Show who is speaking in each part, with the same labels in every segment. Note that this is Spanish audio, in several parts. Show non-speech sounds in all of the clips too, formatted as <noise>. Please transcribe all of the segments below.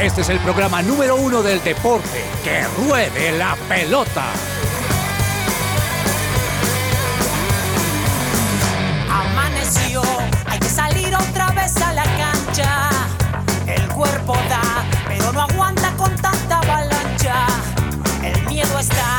Speaker 1: Este es el programa número uno del deporte. ¡Que ruede la pelota!
Speaker 2: Amaneció, hay que salir otra vez a la cancha. El cuerpo da, pero no aguanta con tanta avalancha. El miedo está,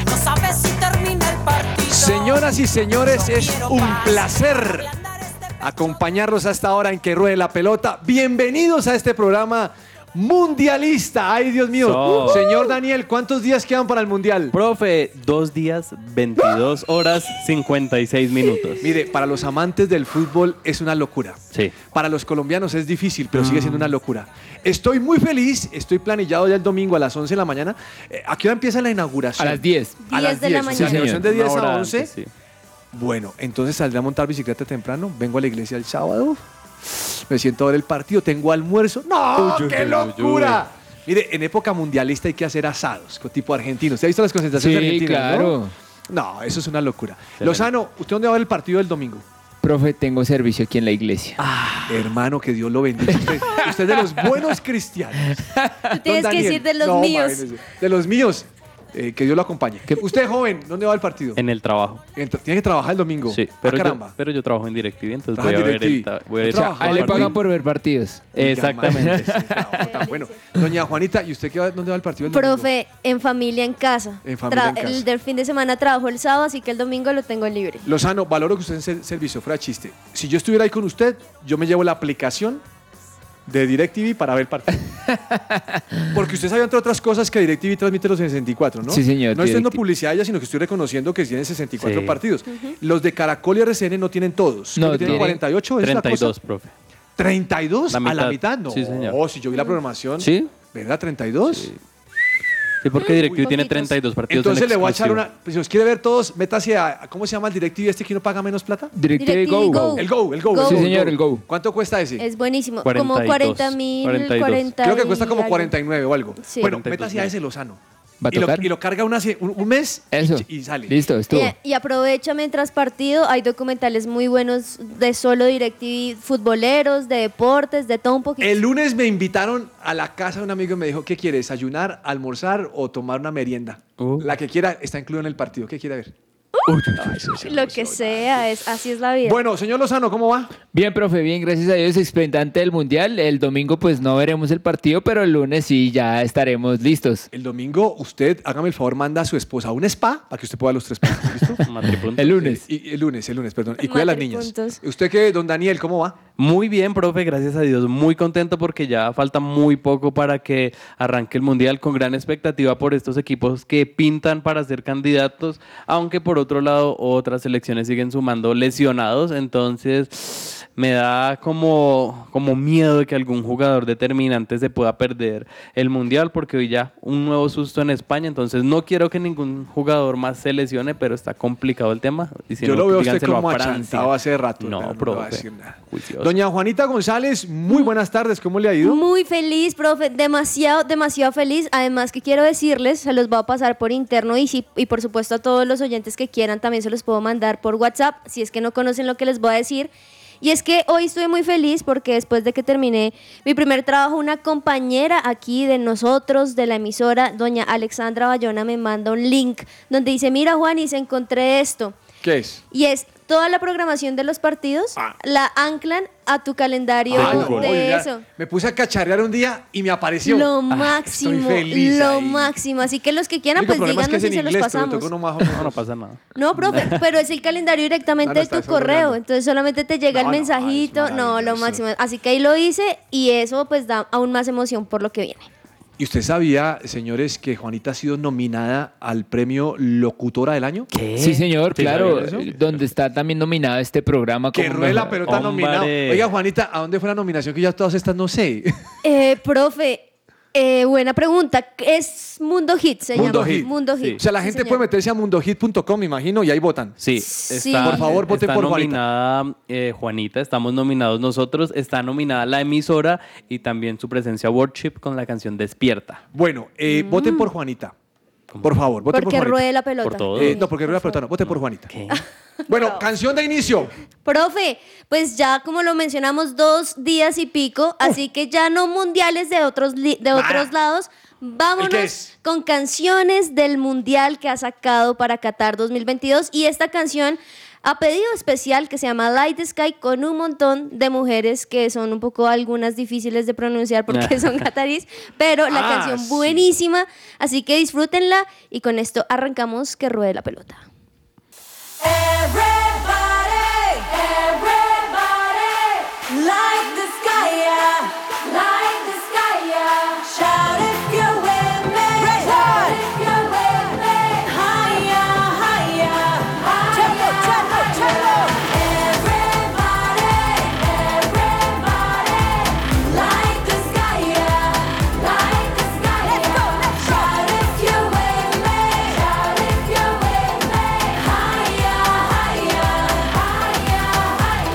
Speaker 2: y no sabes si termina el partido.
Speaker 1: Señoras y señores,
Speaker 2: Yo
Speaker 1: es
Speaker 2: quiero
Speaker 1: un
Speaker 2: paz,
Speaker 1: placer
Speaker 2: ablandar este pecho
Speaker 1: acompañarlos hasta ahora en Que ruede la pelota. Bienvenidos a este programa mundialista. ¡Ay, Dios mío!
Speaker 3: So-
Speaker 1: Señor Daniel, ¿cuántos días quedan para el mundial?
Speaker 3: Profe, dos días, 22 horas, 56 minutos.
Speaker 1: Mire, para los amantes del fútbol es una locura.
Speaker 3: Sí.
Speaker 1: Para los colombianos es difícil, pero sigue siendo una locura. Estoy muy feliz, estoy planillado ya el domingo a las 11 de la mañana. Eh, ¿A qué hora empieza la inauguración?
Speaker 4: A las 10.
Speaker 1: 10
Speaker 5: 10 de la
Speaker 1: O sea,
Speaker 5: mañana.
Speaker 1: inauguración de 10
Speaker 3: Una hora
Speaker 1: a
Speaker 3: antes,
Speaker 1: 11.
Speaker 3: sí.
Speaker 1: Bueno, entonces saldré a montar bicicleta temprano, vengo a la iglesia el sábado, me siento a ver el partido, tengo almuerzo. ¡No!
Speaker 3: Uy, uy,
Speaker 1: ¡Qué
Speaker 3: uy,
Speaker 1: locura! Mire, en época mundialista hay que hacer asados, co- tipo argentino. ¿Usted ha visto las concentraciones
Speaker 4: Sí,
Speaker 1: argentinas?
Speaker 4: claro.
Speaker 1: ¿no? no, eso es una locura.
Speaker 3: Excelente.
Speaker 1: Lozano, ¿usted dónde va a ver el partido del domingo?
Speaker 4: Profe, tengo servicio aquí en la iglesia.
Speaker 1: Ah, Hermano, que Dios lo bendiga. Usted, usted es de los buenos cristianos.
Speaker 5: Tú tienes
Speaker 1: Don
Speaker 5: que
Speaker 1: Daniel.
Speaker 5: decir de los
Speaker 1: No,
Speaker 5: míos.
Speaker 1: imagínese. De los míos. Eh, que Dios lo acompañe. Usted, joven, ¿dónde va el partido?
Speaker 3: En el trabajo.
Speaker 1: Entra- Tiene que trabajar el domingo.
Speaker 3: Sí,
Speaker 1: Ah,
Speaker 3: pero, yo,
Speaker 1: caramba.
Speaker 3: pero yo trabajo en DirecTV, entonces voy
Speaker 1: Trabaja
Speaker 3: a
Speaker 1: en
Speaker 3: ver el
Speaker 1: DirecTV.
Speaker 3: ta- voy a ver
Speaker 1: Yo trabajo
Speaker 3: el
Speaker 4: A él le
Speaker 3: partido.
Speaker 4: pagan por ver partidos.
Speaker 3: <laughs> Exactamente.
Speaker 1: Sí, claro, tan bueno. Doña Juanita, ¿y usted qué va- dónde va el partido? el domingo?
Speaker 5: Profe, en familia, en casa.
Speaker 1: En familia, en
Speaker 5: Tra-
Speaker 1: casa.
Speaker 5: El del fin de semana trabajo el sábado, así que el domingo lo tengo libre.
Speaker 1: Lozano, valoro que usted en ser- servicio, fuera chiste. Si yo estuviera ahí con usted, yo me llevo la aplicación de DirecTV para ver el partido. Porque usted sabe, entre otras cosas, que DirecTV transmite los 64, ¿no?
Speaker 4: Sí, señor,
Speaker 1: No estoy dando
Speaker 4: DirecTV.
Speaker 1: publicidad a ella, sino que estoy reconociendo que tienen 64
Speaker 3: Sí.
Speaker 1: partidos. Los de Caracol y RCN no tienen todos.
Speaker 4: No,
Speaker 1: Creo que tienen
Speaker 4: no.
Speaker 1: 48, ¿es la cosa?
Speaker 3: 32, profe.
Speaker 1: ¿32?
Speaker 3: La
Speaker 1: ¿A la
Speaker 3: mitad.
Speaker 1: mitad? No.
Speaker 3: Sí, señor.
Speaker 1: Oh, si yo vi la programación.
Speaker 3: Sí.
Speaker 1: ¿Verdad? ¿32?
Speaker 3: Sí, porque DirecTV tiene
Speaker 5: Poquitos.
Speaker 3: 32 partidos en
Speaker 1: Entonces le voy a echar
Speaker 3: exclusivo.
Speaker 1: una. pues, si los quiere ver todos, métase a. ¿Cómo se llama el DirecTV este que no paga menos plata?
Speaker 4: DirecTV
Speaker 5: DirecTV
Speaker 4: Go.
Speaker 5: Go.
Speaker 1: El Go, el Go.
Speaker 5: Go. Sí,
Speaker 4: señor, el Go.
Speaker 1: ¿Cuánto cuesta ese?
Speaker 5: Es buenísimo.
Speaker 3: 42,
Speaker 5: como 40 mil,
Speaker 3: 42.
Speaker 5: 40
Speaker 1: Creo que cuesta
Speaker 5: y
Speaker 1: como
Speaker 5: algo.
Speaker 1: 49 o algo.
Speaker 5: Sí.
Speaker 1: Bueno,
Speaker 3: 42
Speaker 1: métase a ese Lozano.
Speaker 4: ¿Va a
Speaker 1: y, lo,
Speaker 4: tocar?
Speaker 1: y lo carga una se- un, un mes y
Speaker 4: Eso.
Speaker 1: ch- y, sale.
Speaker 4: Listo, estuvo.
Speaker 5: Y, y aprovecha mientras partido, hay documentales muy buenos de solo DirecTV, futboleros, de deportes, de todo un poquito.
Speaker 1: El lunes me invitaron a la casa de un amigo y me dijo, ¿qué quiere? ¿Desayunar, almorzar o tomar una merienda?
Speaker 3: Uh.
Speaker 1: La que quiera está incluida en el partido. ¿Qué quiere ver?
Speaker 5: Lo que sea, es, así es la vida.
Speaker 1: Bueno, señor Lozano, ¿cómo va?
Speaker 4: Bien, profe, bien, gracias a Dios, expectante del Mundial. El domingo pues no veremos el partido, pero el lunes sí ya estaremos listos.
Speaker 1: El domingo usted, hágame el favor, manda a su esposa a un spa para que usted pueda los tres puntos. ¿Listo?
Speaker 3: <laughs> Matripunto.
Speaker 4: El lunes.
Speaker 1: Y, y el lunes, el lunes, perdón. Y cuida a las
Speaker 5: Madre
Speaker 1: niñas.
Speaker 5: puntos.
Speaker 1: ¿Usted qué, don Daniel, cómo va?
Speaker 3: Muy bien, profe, gracias a Dios. Muy contento porque ya falta muy poco para que arranque el Mundial con gran expectativa por estos equipos que pintan para ser candidatos, aunque por otro lado otras selecciones siguen sumando lesionados, entonces me da como, como miedo de que algún jugador determinante se pueda perder el Mundial porque hoy ya un nuevo susto en España, entonces no quiero que ningún jugador más se lesione, pero está complicado el tema. Y si
Speaker 1: Yo
Speaker 3: no,
Speaker 1: lo veo a usted
Speaker 3: díganselo
Speaker 1: como
Speaker 3: Francia.
Speaker 1: achantado hace rato.
Speaker 3: No,
Speaker 1: hermano,
Speaker 3: profe.
Speaker 1: le voy a decir nada.
Speaker 3: Juicioso.
Speaker 1: Doña Juanita González,
Speaker 5: Mm.
Speaker 1: muy buenas tardes. ¿Cómo le ha ido?
Speaker 5: Muy feliz, profe, demasiado, demasiado feliz. Además que quiero decirles, se los voy a pasar por interno y, si, y por supuesto a todos los oyentes que quieran también se los puedo mandar por WhatsApp, si es que no conocen lo que les voy a decir. Y es que hoy estoy muy feliz porque después de que terminé mi primer trabajo, una compañera aquí de nosotros, de la emisora, doña Alexandra Bayona, me manda un link donde dice, mira Juan, y se encontré esto.
Speaker 1: ¿Qué es?
Speaker 5: Y es toda la programación de los partidos,
Speaker 1: Ah.
Speaker 5: la anclan a tu calendario
Speaker 1: Ah, no,
Speaker 5: de
Speaker 1: oye, ya
Speaker 5: eso.
Speaker 1: Me puse a cacharear un día y me apareció.
Speaker 5: Lo
Speaker 1: Ah,
Speaker 5: máximo,
Speaker 1: estoy feliz
Speaker 5: lo
Speaker 1: ahí.
Speaker 5: máximo. Así que los que quieran,
Speaker 1: El único
Speaker 5: pues
Speaker 1: problema es que es
Speaker 5: díganos
Speaker 1: en
Speaker 5: y se los
Speaker 1: inglés, pero
Speaker 5: pasamos.
Speaker 1: toca uno más o
Speaker 3: No,
Speaker 1: menos.
Speaker 3: no pasa nada.
Speaker 5: No, profe,
Speaker 1: <laughs>
Speaker 5: pero es el calendario directamente
Speaker 1: No, no,
Speaker 5: de
Speaker 1: está
Speaker 5: tu
Speaker 1: eso es
Speaker 5: correo.
Speaker 1: verdad.
Speaker 5: Entonces solamente te llega
Speaker 1: No,
Speaker 5: el
Speaker 1: no, ay, es
Speaker 5: mensajito. No, lo
Speaker 1: maravilloso.
Speaker 5: máximo. Así que ahí lo hice y eso pues da aún más emoción por lo que viene.
Speaker 1: ¿Y usted sabía, señores, que Juanita ha sido nominada al premio Locutora del Año?
Speaker 4: Sí, señor,
Speaker 3: eh, ¿Sí
Speaker 4: claro,
Speaker 3: sabían eso?
Speaker 4: donde está también nominado este programa.
Speaker 1: Que
Speaker 4: como
Speaker 1: ruede la
Speaker 4: mejor-
Speaker 1: pelota
Speaker 3: Hombre.
Speaker 1: nominado. Oiga, Juanita, ¿a dónde fue la nominación que ya todas estas no sé?
Speaker 5: Eh, profe, eh, buena pregunta. Es Mundo Hit, se
Speaker 1: Mundo
Speaker 5: llama.
Speaker 1: Hit.
Speaker 5: Mundo Hit.
Speaker 3: Sí.
Speaker 1: o sea, la
Speaker 5: Sí,
Speaker 1: gente
Speaker 5: señor.
Speaker 1: puede meterse a mundohit.com, me imagino, y ahí votan.
Speaker 3: Sí,
Speaker 5: Sí.
Speaker 3: está-
Speaker 1: Por favor, voten
Speaker 3: está
Speaker 1: por Juanita.
Speaker 3: nominada eh, Juanita, estamos nominados nosotros, está nominada la emisora y también su presencia Worship con la canción Despierta.
Speaker 1: Bueno, eh, voten por Juanita. Por favor, vote por
Speaker 5: Mm. Porque
Speaker 1: Juanita.
Speaker 5: ruede la pelota.
Speaker 3: Por todo.
Speaker 1: Eh, no, porque rueda la pelota no. Vote por Juanita. Bueno, canción de inicio.
Speaker 5: Profe, pues ya como lo mencionamos, dos días y pico, así que ya no mundiales de otros, li- de otros lados.
Speaker 1: ¿El qué
Speaker 5: Vámonos
Speaker 1: es?
Speaker 5: con canciones del mundial que ha sacado para Qatar 2022 y esta canción a pedido especial que se llama Light Sky con un montón de mujeres que son un poco algunas difíciles de pronunciar porque
Speaker 1: <laughs>
Speaker 5: son catarís, pero la
Speaker 1: Ah,
Speaker 5: canción
Speaker 1: sí.
Speaker 5: buenísima, así que disfrútenla y con esto arrancamos que ruede la pelota.
Speaker 6: Everybody, everybody, light the sky, yeah. light the sky, yeah. shout if you're with me, shout if you're with me, higher, higher, higher, higher. Everybody, everybody, light the sky, yeah. light the sky, yeah. shout if you're with me, shout if you're with me, higher, higher, higher,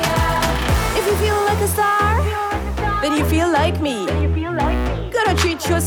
Speaker 6: higher. If you feel like a star, then you feel like me. Gotta treat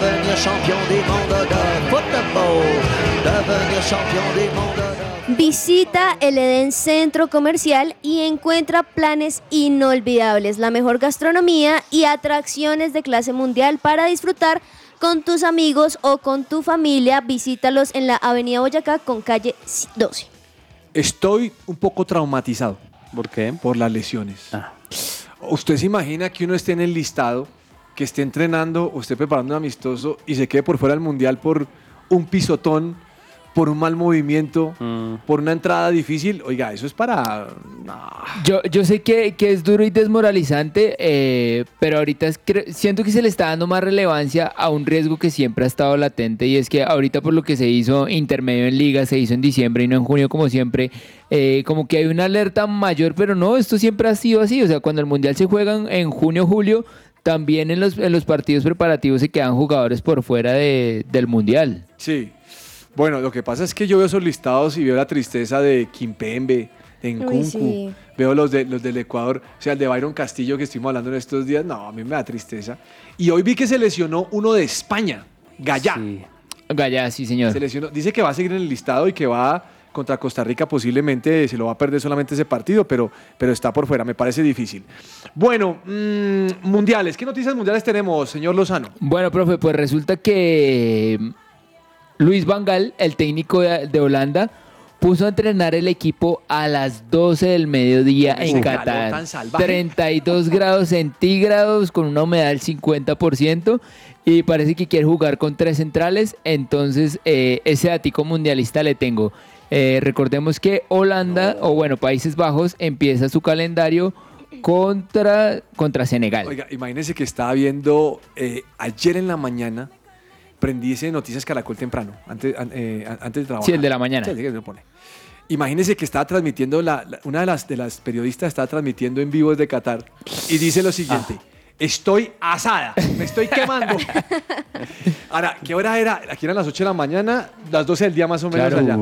Speaker 7: Devenir champion des mondes de football. Devenir champion des mondes de
Speaker 5: Visita el Edén Centro Comercial y encuentra planes inolvidables, la mejor gastronomía y atracciones de clase mundial para disfrutar con tus amigos o con tu familia. Visítalos en la Avenida Boyacá con calle 12.
Speaker 1: Estoy un poco traumatizado
Speaker 3: ¿Por qué?
Speaker 1: por las lesiones.
Speaker 3: Ah.
Speaker 1: ¿Usted se imagina que uno esté en el listado, que esté entrenando o esté preparando un amistoso y se quede por fuera del mundial por un pisotón, por un mal movimiento,
Speaker 3: Mm.
Speaker 1: por una entrada difícil? Oiga, eso es para... no.
Speaker 4: Yo, yo sé que, que es duro y desmoralizante, eh, pero ahorita es cre- siento que se le está dando más relevancia a un riesgo que siempre ha estado latente y es que ahorita por lo que se hizo intermedio en liga, se hizo en diciembre y no en junio como siempre, eh, como que hay una alerta mayor, pero no, esto siempre ha sido así, o sea, cuando el Mundial se juega en- en junio, julio, también en los, en los partidos preparativos se quedan jugadores por fuera de- del Mundial.
Speaker 1: Sí. Bueno, lo que pasa es que yo veo esos listados y veo la tristeza de Kimpembe, de Nkunku.
Speaker 5: sí.
Speaker 1: Veo los, de, los del Ecuador, o sea, el de Byron Castillo que estuvimos hablando en estos días. No, a mí me da tristeza. Y hoy vi que se lesionó uno de España, Gallá.
Speaker 3: Sí.
Speaker 4: Gaya, sí señor.
Speaker 1: Se lesionó. Dice que va a seguir en el listado y que va contra Costa Rica posiblemente, se lo va a perder solamente ese partido, pero, pero está por fuera, me parece difícil. Bueno, mm, mundiales, ¿qué noticias mundiales tenemos, señor Lozano?
Speaker 4: Bueno, profe, pues resulta que Luis Vangal, el técnico de, de Holanda, puso a entrenar el equipo a las 12 del mediodía
Speaker 1: Con ese
Speaker 4: en
Speaker 1: calor
Speaker 4: Qatar.
Speaker 1: tan salvaje.
Speaker 4: 32 grados centígrados con una humedad del 50% y parece que quiere jugar con tres centrales, entonces eh, ese ático mundialista le tengo. Eh, recordemos que Holanda, o bueno, Países Bajos, empieza su calendario contra, contra Senegal.
Speaker 1: Oiga, imagínense que estaba viendo eh, ayer en la mañana, prendí ese Noticias Caracol temprano, antes, an- eh, an- antes de trabajar.
Speaker 4: Sí, el de la mañana.
Speaker 1: Sí, el que lo pone. Imagínense que estaba transmitiendo, la, la- una de las, de las periodistas estaba transmitiendo en vivo desde Qatar y dice lo siguiente.
Speaker 4: Ah.
Speaker 1: Estoy asada, me estoy
Speaker 4: <laughs>
Speaker 1: quemando. Ahora, ¿qué hora era? Aquí eran las 8 de la mañana, las 12 del día más o menos
Speaker 4: Claro.
Speaker 1: allá.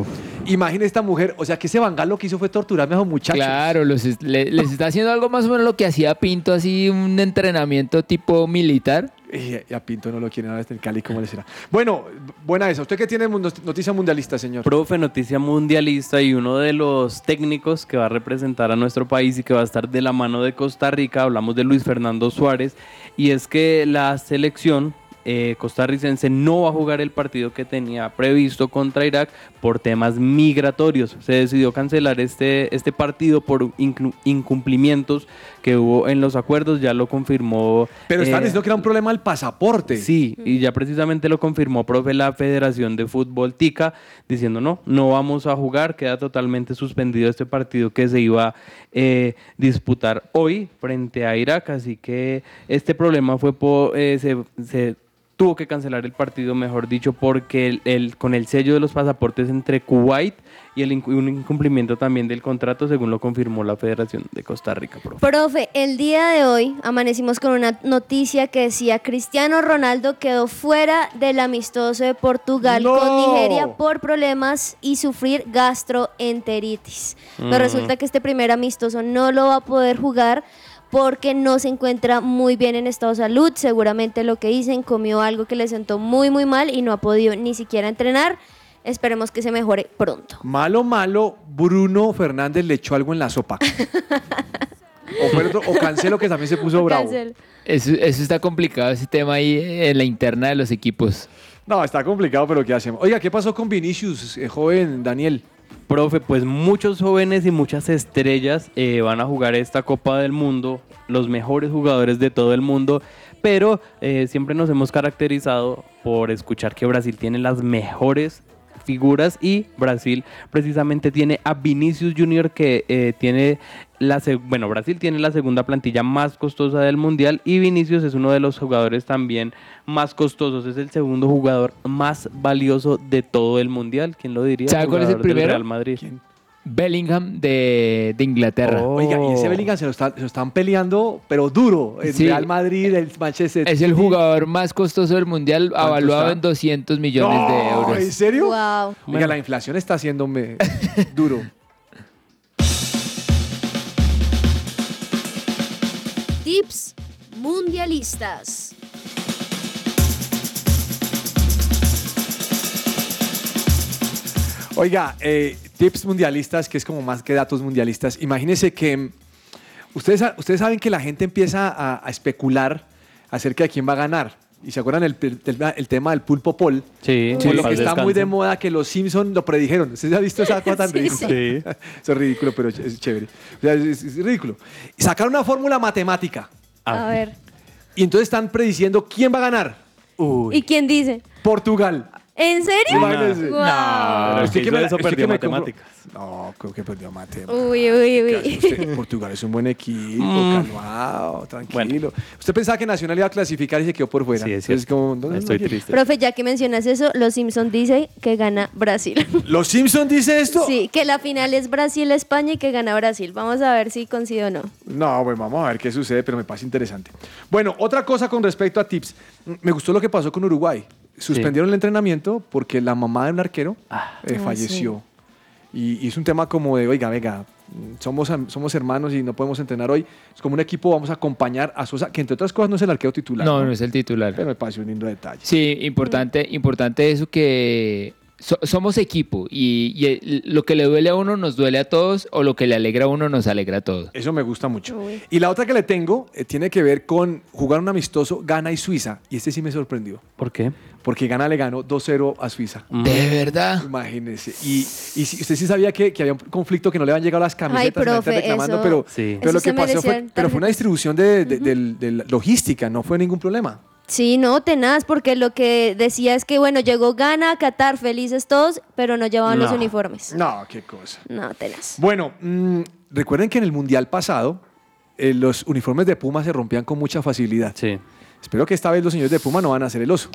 Speaker 1: Imagínese esta mujer, o sea, que ese vangal lo que hizo fue torturarme a esos muchachos.
Speaker 4: Claro, los es- le- les está haciendo algo más o menos lo que hacía Pinto, así un entrenamiento tipo militar.
Speaker 1: Y y a Pinto no lo quieren ahora está en Cali, ¿cómo le será? Bueno, b- buena esa. ¿Usted qué tiene mun- noticia mundialista, señor?
Speaker 3: Profe, noticia mundialista y uno de los técnicos que va a representar a nuestro país y que va a estar de la mano de Costa Rica, hablamos de Luis Fernando Suárez, y es que la selección eh, costarricense no va a jugar el partido que tenía previsto contra Irak por temas migratorios. Se decidió cancelar este, este partido por inclu- incumplimientos que hubo en los acuerdos, ya lo confirmó.
Speaker 1: Pero están
Speaker 3: eh,
Speaker 1: diciendo que era un problema el pasaporte.
Speaker 3: Sí, y ya precisamente lo confirmó, profe, la Federación de Fútbol TICA, diciendo no, no vamos a jugar, queda totalmente suspendido este partido que se iba a disputar hoy frente a Irak. Así que este problema fue po- eh, se, se tuvo que cancelar el partido, mejor dicho, porque el, el- con el sello de los pasaportes entre Kuwait y el incu- un incumplimiento también del contrato, según lo confirmó la Federación de Costa Rica. profe.
Speaker 5: Profe, el día de hoy amanecimos con una noticia que decía Cristiano Ronaldo quedó fuera del amistoso de Portugal
Speaker 1: ¡No!
Speaker 5: con Nigeria por problemas y sufrir gastroenteritis. Pero resulta que este primer amistoso no lo va a poder jugar porque no se encuentra muy bien en estado de salud. Seguramente lo que dicen, comió algo que le sentó muy muy mal y no ha podido ni siquiera entrenar. Esperemos que se mejore pronto.
Speaker 1: Malo, malo, Bruno Fernández le echó algo en la sopa. o, fue el otro- o Cancelo, que también se puso bravo.
Speaker 5: Cancel.
Speaker 4: Eso, eso está complicado, ese tema ahí en la interna de los equipos.
Speaker 1: No, está complicado, pero ¿qué hacemos? Oiga, ¿qué pasó con Vinicius, eh, joven Daniel?
Speaker 3: Profe, pues muchos jóvenes y muchas estrellas eh, van a jugar esta Copa del Mundo, los mejores jugadores de todo el mundo, pero eh, siempre nos hemos caracterizado por escuchar que Brasil tiene las mejores figuras y Brasil precisamente tiene a Vinicius Junior que eh, tiene la seg- bueno Brasil tiene la segunda plantilla más costosa del mundial y Vinicius es uno de los jugadores también más costosos es el segundo jugador más valioso de todo el mundial quién lo diría
Speaker 4: ¿Sabe cuál es el
Speaker 3: Jugador del
Speaker 4: primero?
Speaker 3: Real Madrid
Speaker 4: Bellingham de, de Inglaterra.
Speaker 3: Oh.
Speaker 1: Oiga, y ese Bellingham se lo, está- se lo están peleando, pero duro. El
Speaker 4: Sí.
Speaker 1: Real Madrid, el Manchester
Speaker 4: Es el
Speaker 1: City.
Speaker 4: jugador más costoso del mundial,
Speaker 1: ¿Cuánto
Speaker 4: avaluado
Speaker 1: está?
Speaker 4: en 200 millones de
Speaker 1: No,
Speaker 4: euros.
Speaker 1: ¿En serio?
Speaker 5: Wow.
Speaker 1: Oiga, la inflación está
Speaker 4: <laughs>
Speaker 1: haciéndome duro.
Speaker 5: Tips mundialistas.
Speaker 1: Oiga, eh, tips mundialistas, que es como más que datos mundialistas. Imagínense que mm, ustedes, sa- ustedes saben que la gente empieza a, a especular acerca de quién va a ganar. Y se acuerdan el, pel- el- el tema del pulpo pol.
Speaker 3: sí,
Speaker 1: Como lo que está muy de moda, que los Simpsons lo predijeron. ¿Ustedes han visto esa cosa tan
Speaker 5: Sí,
Speaker 1: ridícula?
Speaker 3: sí.
Speaker 1: <laughs> Eso es ridículo, pero es chévere. O sea, es, es ridículo. Sacaron una fórmula matemática.
Speaker 5: A ver.
Speaker 1: Y entonces están prediciendo quién va a ganar.
Speaker 5: ¿Y quién dice?
Speaker 1: Portugal.
Speaker 5: ¿En serio?
Speaker 1: Imagínese.
Speaker 5: Guau.
Speaker 3: Pero el que
Speaker 1: que
Speaker 3: hizo
Speaker 1: me la-
Speaker 3: Ah, eso
Speaker 1: usted que
Speaker 3: perdió
Speaker 1: me compro-
Speaker 3: matemáticas.
Speaker 1: No, creo que perdió matemáticas.
Speaker 5: Uy, uy, uy.
Speaker 1: Usted- Portugal es un buen equipo,
Speaker 3: Mm.
Speaker 1: calmado, tranquilo. Usted pensaba que Nacional iba a clasificar y se quedó por fuera.
Speaker 3: Sí, es
Speaker 1: Entonces,
Speaker 3: cierto.
Speaker 1: como, no, no, no
Speaker 3: Estoy
Speaker 1: quiere.
Speaker 3: triste.
Speaker 5: Profe, ya que mencionas eso, los Simpson dice que gana Brasil.
Speaker 1: ¿Los Simpson dice esto?
Speaker 5: Sí, que la final es Brasil-España y que gana Brasil. Vamos a ver si coincido o no.
Speaker 1: No, bueno, vamos a ver qué sucede, pero me parece interesante. Bueno, otra cosa con respecto a tips. Mm, Me gustó lo que pasó con Uruguay. Suspendieron el entrenamiento porque la mamá de un arquero
Speaker 3: Ah.
Speaker 1: eh, falleció. Y, y es un tema como de, oiga, venga, mm, somos, am- somos hermanos y no podemos entrenar hoy. Es como un equipo, vamos a acompañar a Sosa, que entre otras cosas no es el arquero titular.
Speaker 4: No, no es el titular.
Speaker 1: Pero me parece un lindo detalle.
Speaker 4: Sí, importante, importante eso que so- somos equipo y, y el- lo que le duele a uno nos duele a todos o lo que le alegra a uno nos alegra a todos.
Speaker 1: Eso me gusta mucho.
Speaker 5: Uy.
Speaker 1: Y la otra que le tengo eh, tiene que ver con jugar un amistoso Ghana y Suiza. Y este sí me sorprendió,
Speaker 3: ¿Por qué?
Speaker 1: porque Ghana le ganó 2-0 a Suiza.
Speaker 4: De verdad.
Speaker 1: Imagínese. Y, y si- usted sí sabía que, que había un conflicto que no le habían llegado las camisetas,
Speaker 5: Ay,
Speaker 1: la gente
Speaker 5: profe,
Speaker 1: reclamando,
Speaker 5: eso-
Speaker 1: pero,
Speaker 3: Sí.
Speaker 1: pero
Speaker 5: eso
Speaker 1: lo
Speaker 5: se
Speaker 1: que pasó fue,
Speaker 5: merecían
Speaker 1: pero fue una
Speaker 5: tarjetas.
Speaker 1: distribución de, de- del- de la logística, no fue ningún problema.
Speaker 5: Sí, no, tenaz, porque lo que decía es que, bueno, llegó Ghana, Qatar, felices todos, pero no llevaban los
Speaker 3: No.
Speaker 5: uniformes.
Speaker 1: No, qué cosa.
Speaker 5: No, tenaz.
Speaker 1: Bueno, mm, recuerden que en el Mundial pasado eh, los uniformes de Puma se rompían con mucha facilidad.
Speaker 3: Sí.
Speaker 1: Espero que esta vez los señores de Puma no van a hacer el oso.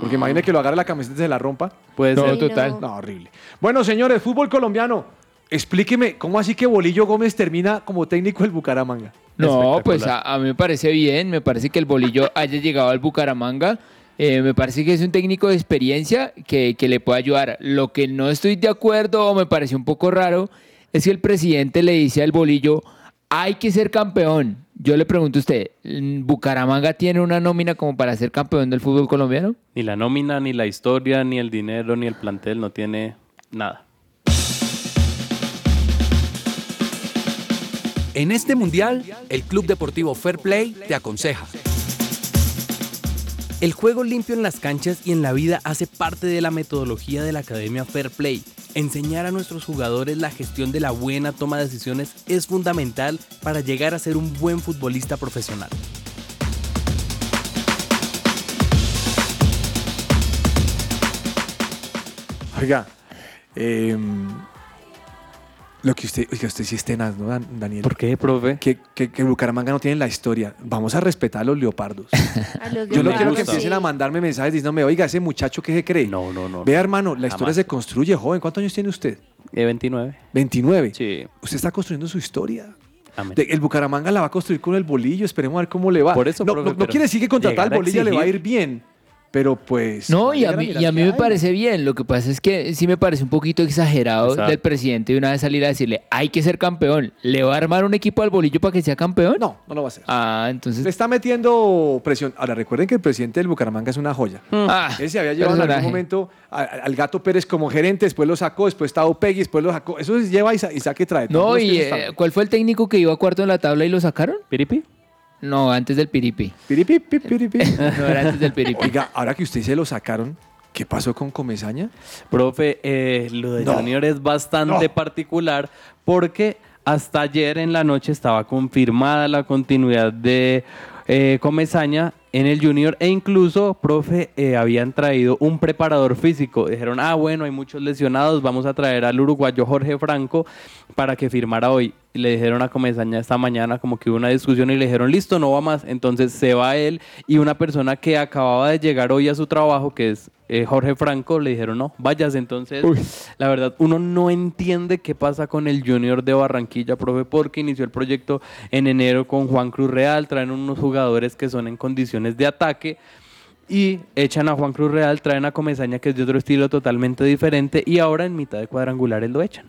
Speaker 1: Porque imagine que lo agarre la camiseta y se la rompa.
Speaker 3: Puede
Speaker 4: No,
Speaker 3: ser.
Speaker 5: Sí,
Speaker 4: total.
Speaker 5: no.
Speaker 1: No, horrible. Bueno, señores, fútbol colombiano. Explíqueme, ¿cómo así que Bolillo Gómez termina como técnico del Bucaramanga?
Speaker 4: No,
Speaker 3: Espectacular.
Speaker 4: pues a, a mí me parece bien, me parece que el bolillo haya llegado al Bucaramanga. eh, me parece que es un técnico de experiencia que, que le puede ayudar. Lo que no estoy de acuerdo o me parece un poco raro es que el presidente le dice al bolillo, hay que ser campeón. Yo le pregunto a usted, ¿en ¿Bucaramanga tiene una nómina como para ser campeón del fútbol colombiano?
Speaker 3: Ni la nómina, ni la historia, ni el dinero, ni el plantel, no tiene nada.
Speaker 8: En este mundial, el Club Deportivo Fair Play te aconseja.
Speaker 9: El juego limpio en las canchas y en la vida hace parte de la metodología de la Academia Fair Play. Enseñar a nuestros jugadores la gestión de la buena toma de decisiones es fundamental para llegar a ser un buen futbolista profesional.
Speaker 1: Oiga, eh, em, Lo que usted, oiga, usted sí es tenaz, ¿no, Dan- Daniel?
Speaker 3: ¿Por qué, profe?
Speaker 1: Que, que, que Bucaramanga no tiene la historia. Vamos a respetar a los
Speaker 3: <laughs>
Speaker 1: leopardos.
Speaker 5: A los
Speaker 1: Yo no
Speaker 5: leopardos,
Speaker 1: quiero que
Speaker 5: sí.
Speaker 1: empiecen a mandarme mensajes diciéndome, oiga, ese muchacho que se cree.
Speaker 3: No, no, no.
Speaker 1: Vea, hermano, la historia
Speaker 3: Jamás.
Speaker 1: se construye, joven. ¿Cuántos años tiene usted?
Speaker 3: Eh, 29.
Speaker 1: 29.
Speaker 3: Sí.
Speaker 1: Usted está construyendo su historia.
Speaker 3: Amén.
Speaker 1: De- el Bucaramanga la va a construir con el bolillo. Esperemos a ver cómo le va.
Speaker 3: Por eso,
Speaker 1: no,
Speaker 3: profe,
Speaker 1: no- no
Speaker 3: pero
Speaker 1: quiere decir que contratar al
Speaker 3: llegar a
Speaker 1: bolillo le va a
Speaker 3: exigir-
Speaker 1: ir bien. Pero pues.
Speaker 4: No, y a
Speaker 1: llegar
Speaker 4: mí,
Speaker 1: mirar
Speaker 4: y a
Speaker 1: qué
Speaker 4: mí me
Speaker 1: hay.
Speaker 4: parece bien. Lo que pasa es que sí me parece un poquito exagerado
Speaker 3: Exacto.
Speaker 4: del presidente de una vez salir a decirle, hay que ser campeón. ¿Le va a armar un equipo al bolillo para que sea campeón?
Speaker 1: No, no lo va a hacer.
Speaker 4: Ah,
Speaker 1: Le
Speaker 4: entonces...
Speaker 1: está metiendo presión. Ahora, recuerden que el presidente del Bucaramanga es una joya.
Speaker 4: Ah,
Speaker 1: Él se había llevado en
Speaker 4: personaje.
Speaker 1: algún momento a- a- al gato Pérez como gerente, después lo sacó, después estaba Peggy, después lo sacó. Eso es lleva y, sa- y saque y trae.
Speaker 4: No,
Speaker 1: Todos los que
Speaker 4: y
Speaker 1: se
Speaker 4: eh,
Speaker 1: están-
Speaker 4: ¿cuál fue el técnico que iba cuarto en la tabla y lo sacaron?
Speaker 3: ¿Piripi?
Speaker 4: No, antes del Piripi.
Speaker 1: Piripi, pi, piripi.
Speaker 4: <laughs> No, era antes
Speaker 1: <laughs>
Speaker 4: del Piripi.
Speaker 1: Oiga, ahora que usted se lo sacaron, ¿qué pasó con Comezaña?
Speaker 3: Profe, eh, lo de Junior es bastante
Speaker 1: No.
Speaker 3: particular porque hasta ayer en la noche estaba confirmada la continuidad de eh, Comezaña en el Junior e incluso, profe, eh, habían traído un preparador físico. Dijeron, ah, bueno, hay muchos lesionados, vamos a traer al uruguayo Jorge Franco para que firmara hoy. Y le dijeron a Comezaña esta mañana como que hubo una discusión y le dijeron, listo, no va más. Entonces se va él y una persona que acababa de llegar hoy a su trabajo, que es eh, Jorge Franco, le dijeron, no, vayas. Entonces, la verdad, uno no entiende qué pasa con el Junior de Barranquilla, profe, porque inició el proyecto en enero con Juan Cruz Real, traen unos jugadores que son en condiciones de ataque. Y echan a Juan Cruz Real, traen a Comezaña, que es de otro estilo totalmente diferente, y ahora en mitad de cuadrangulares lo echan.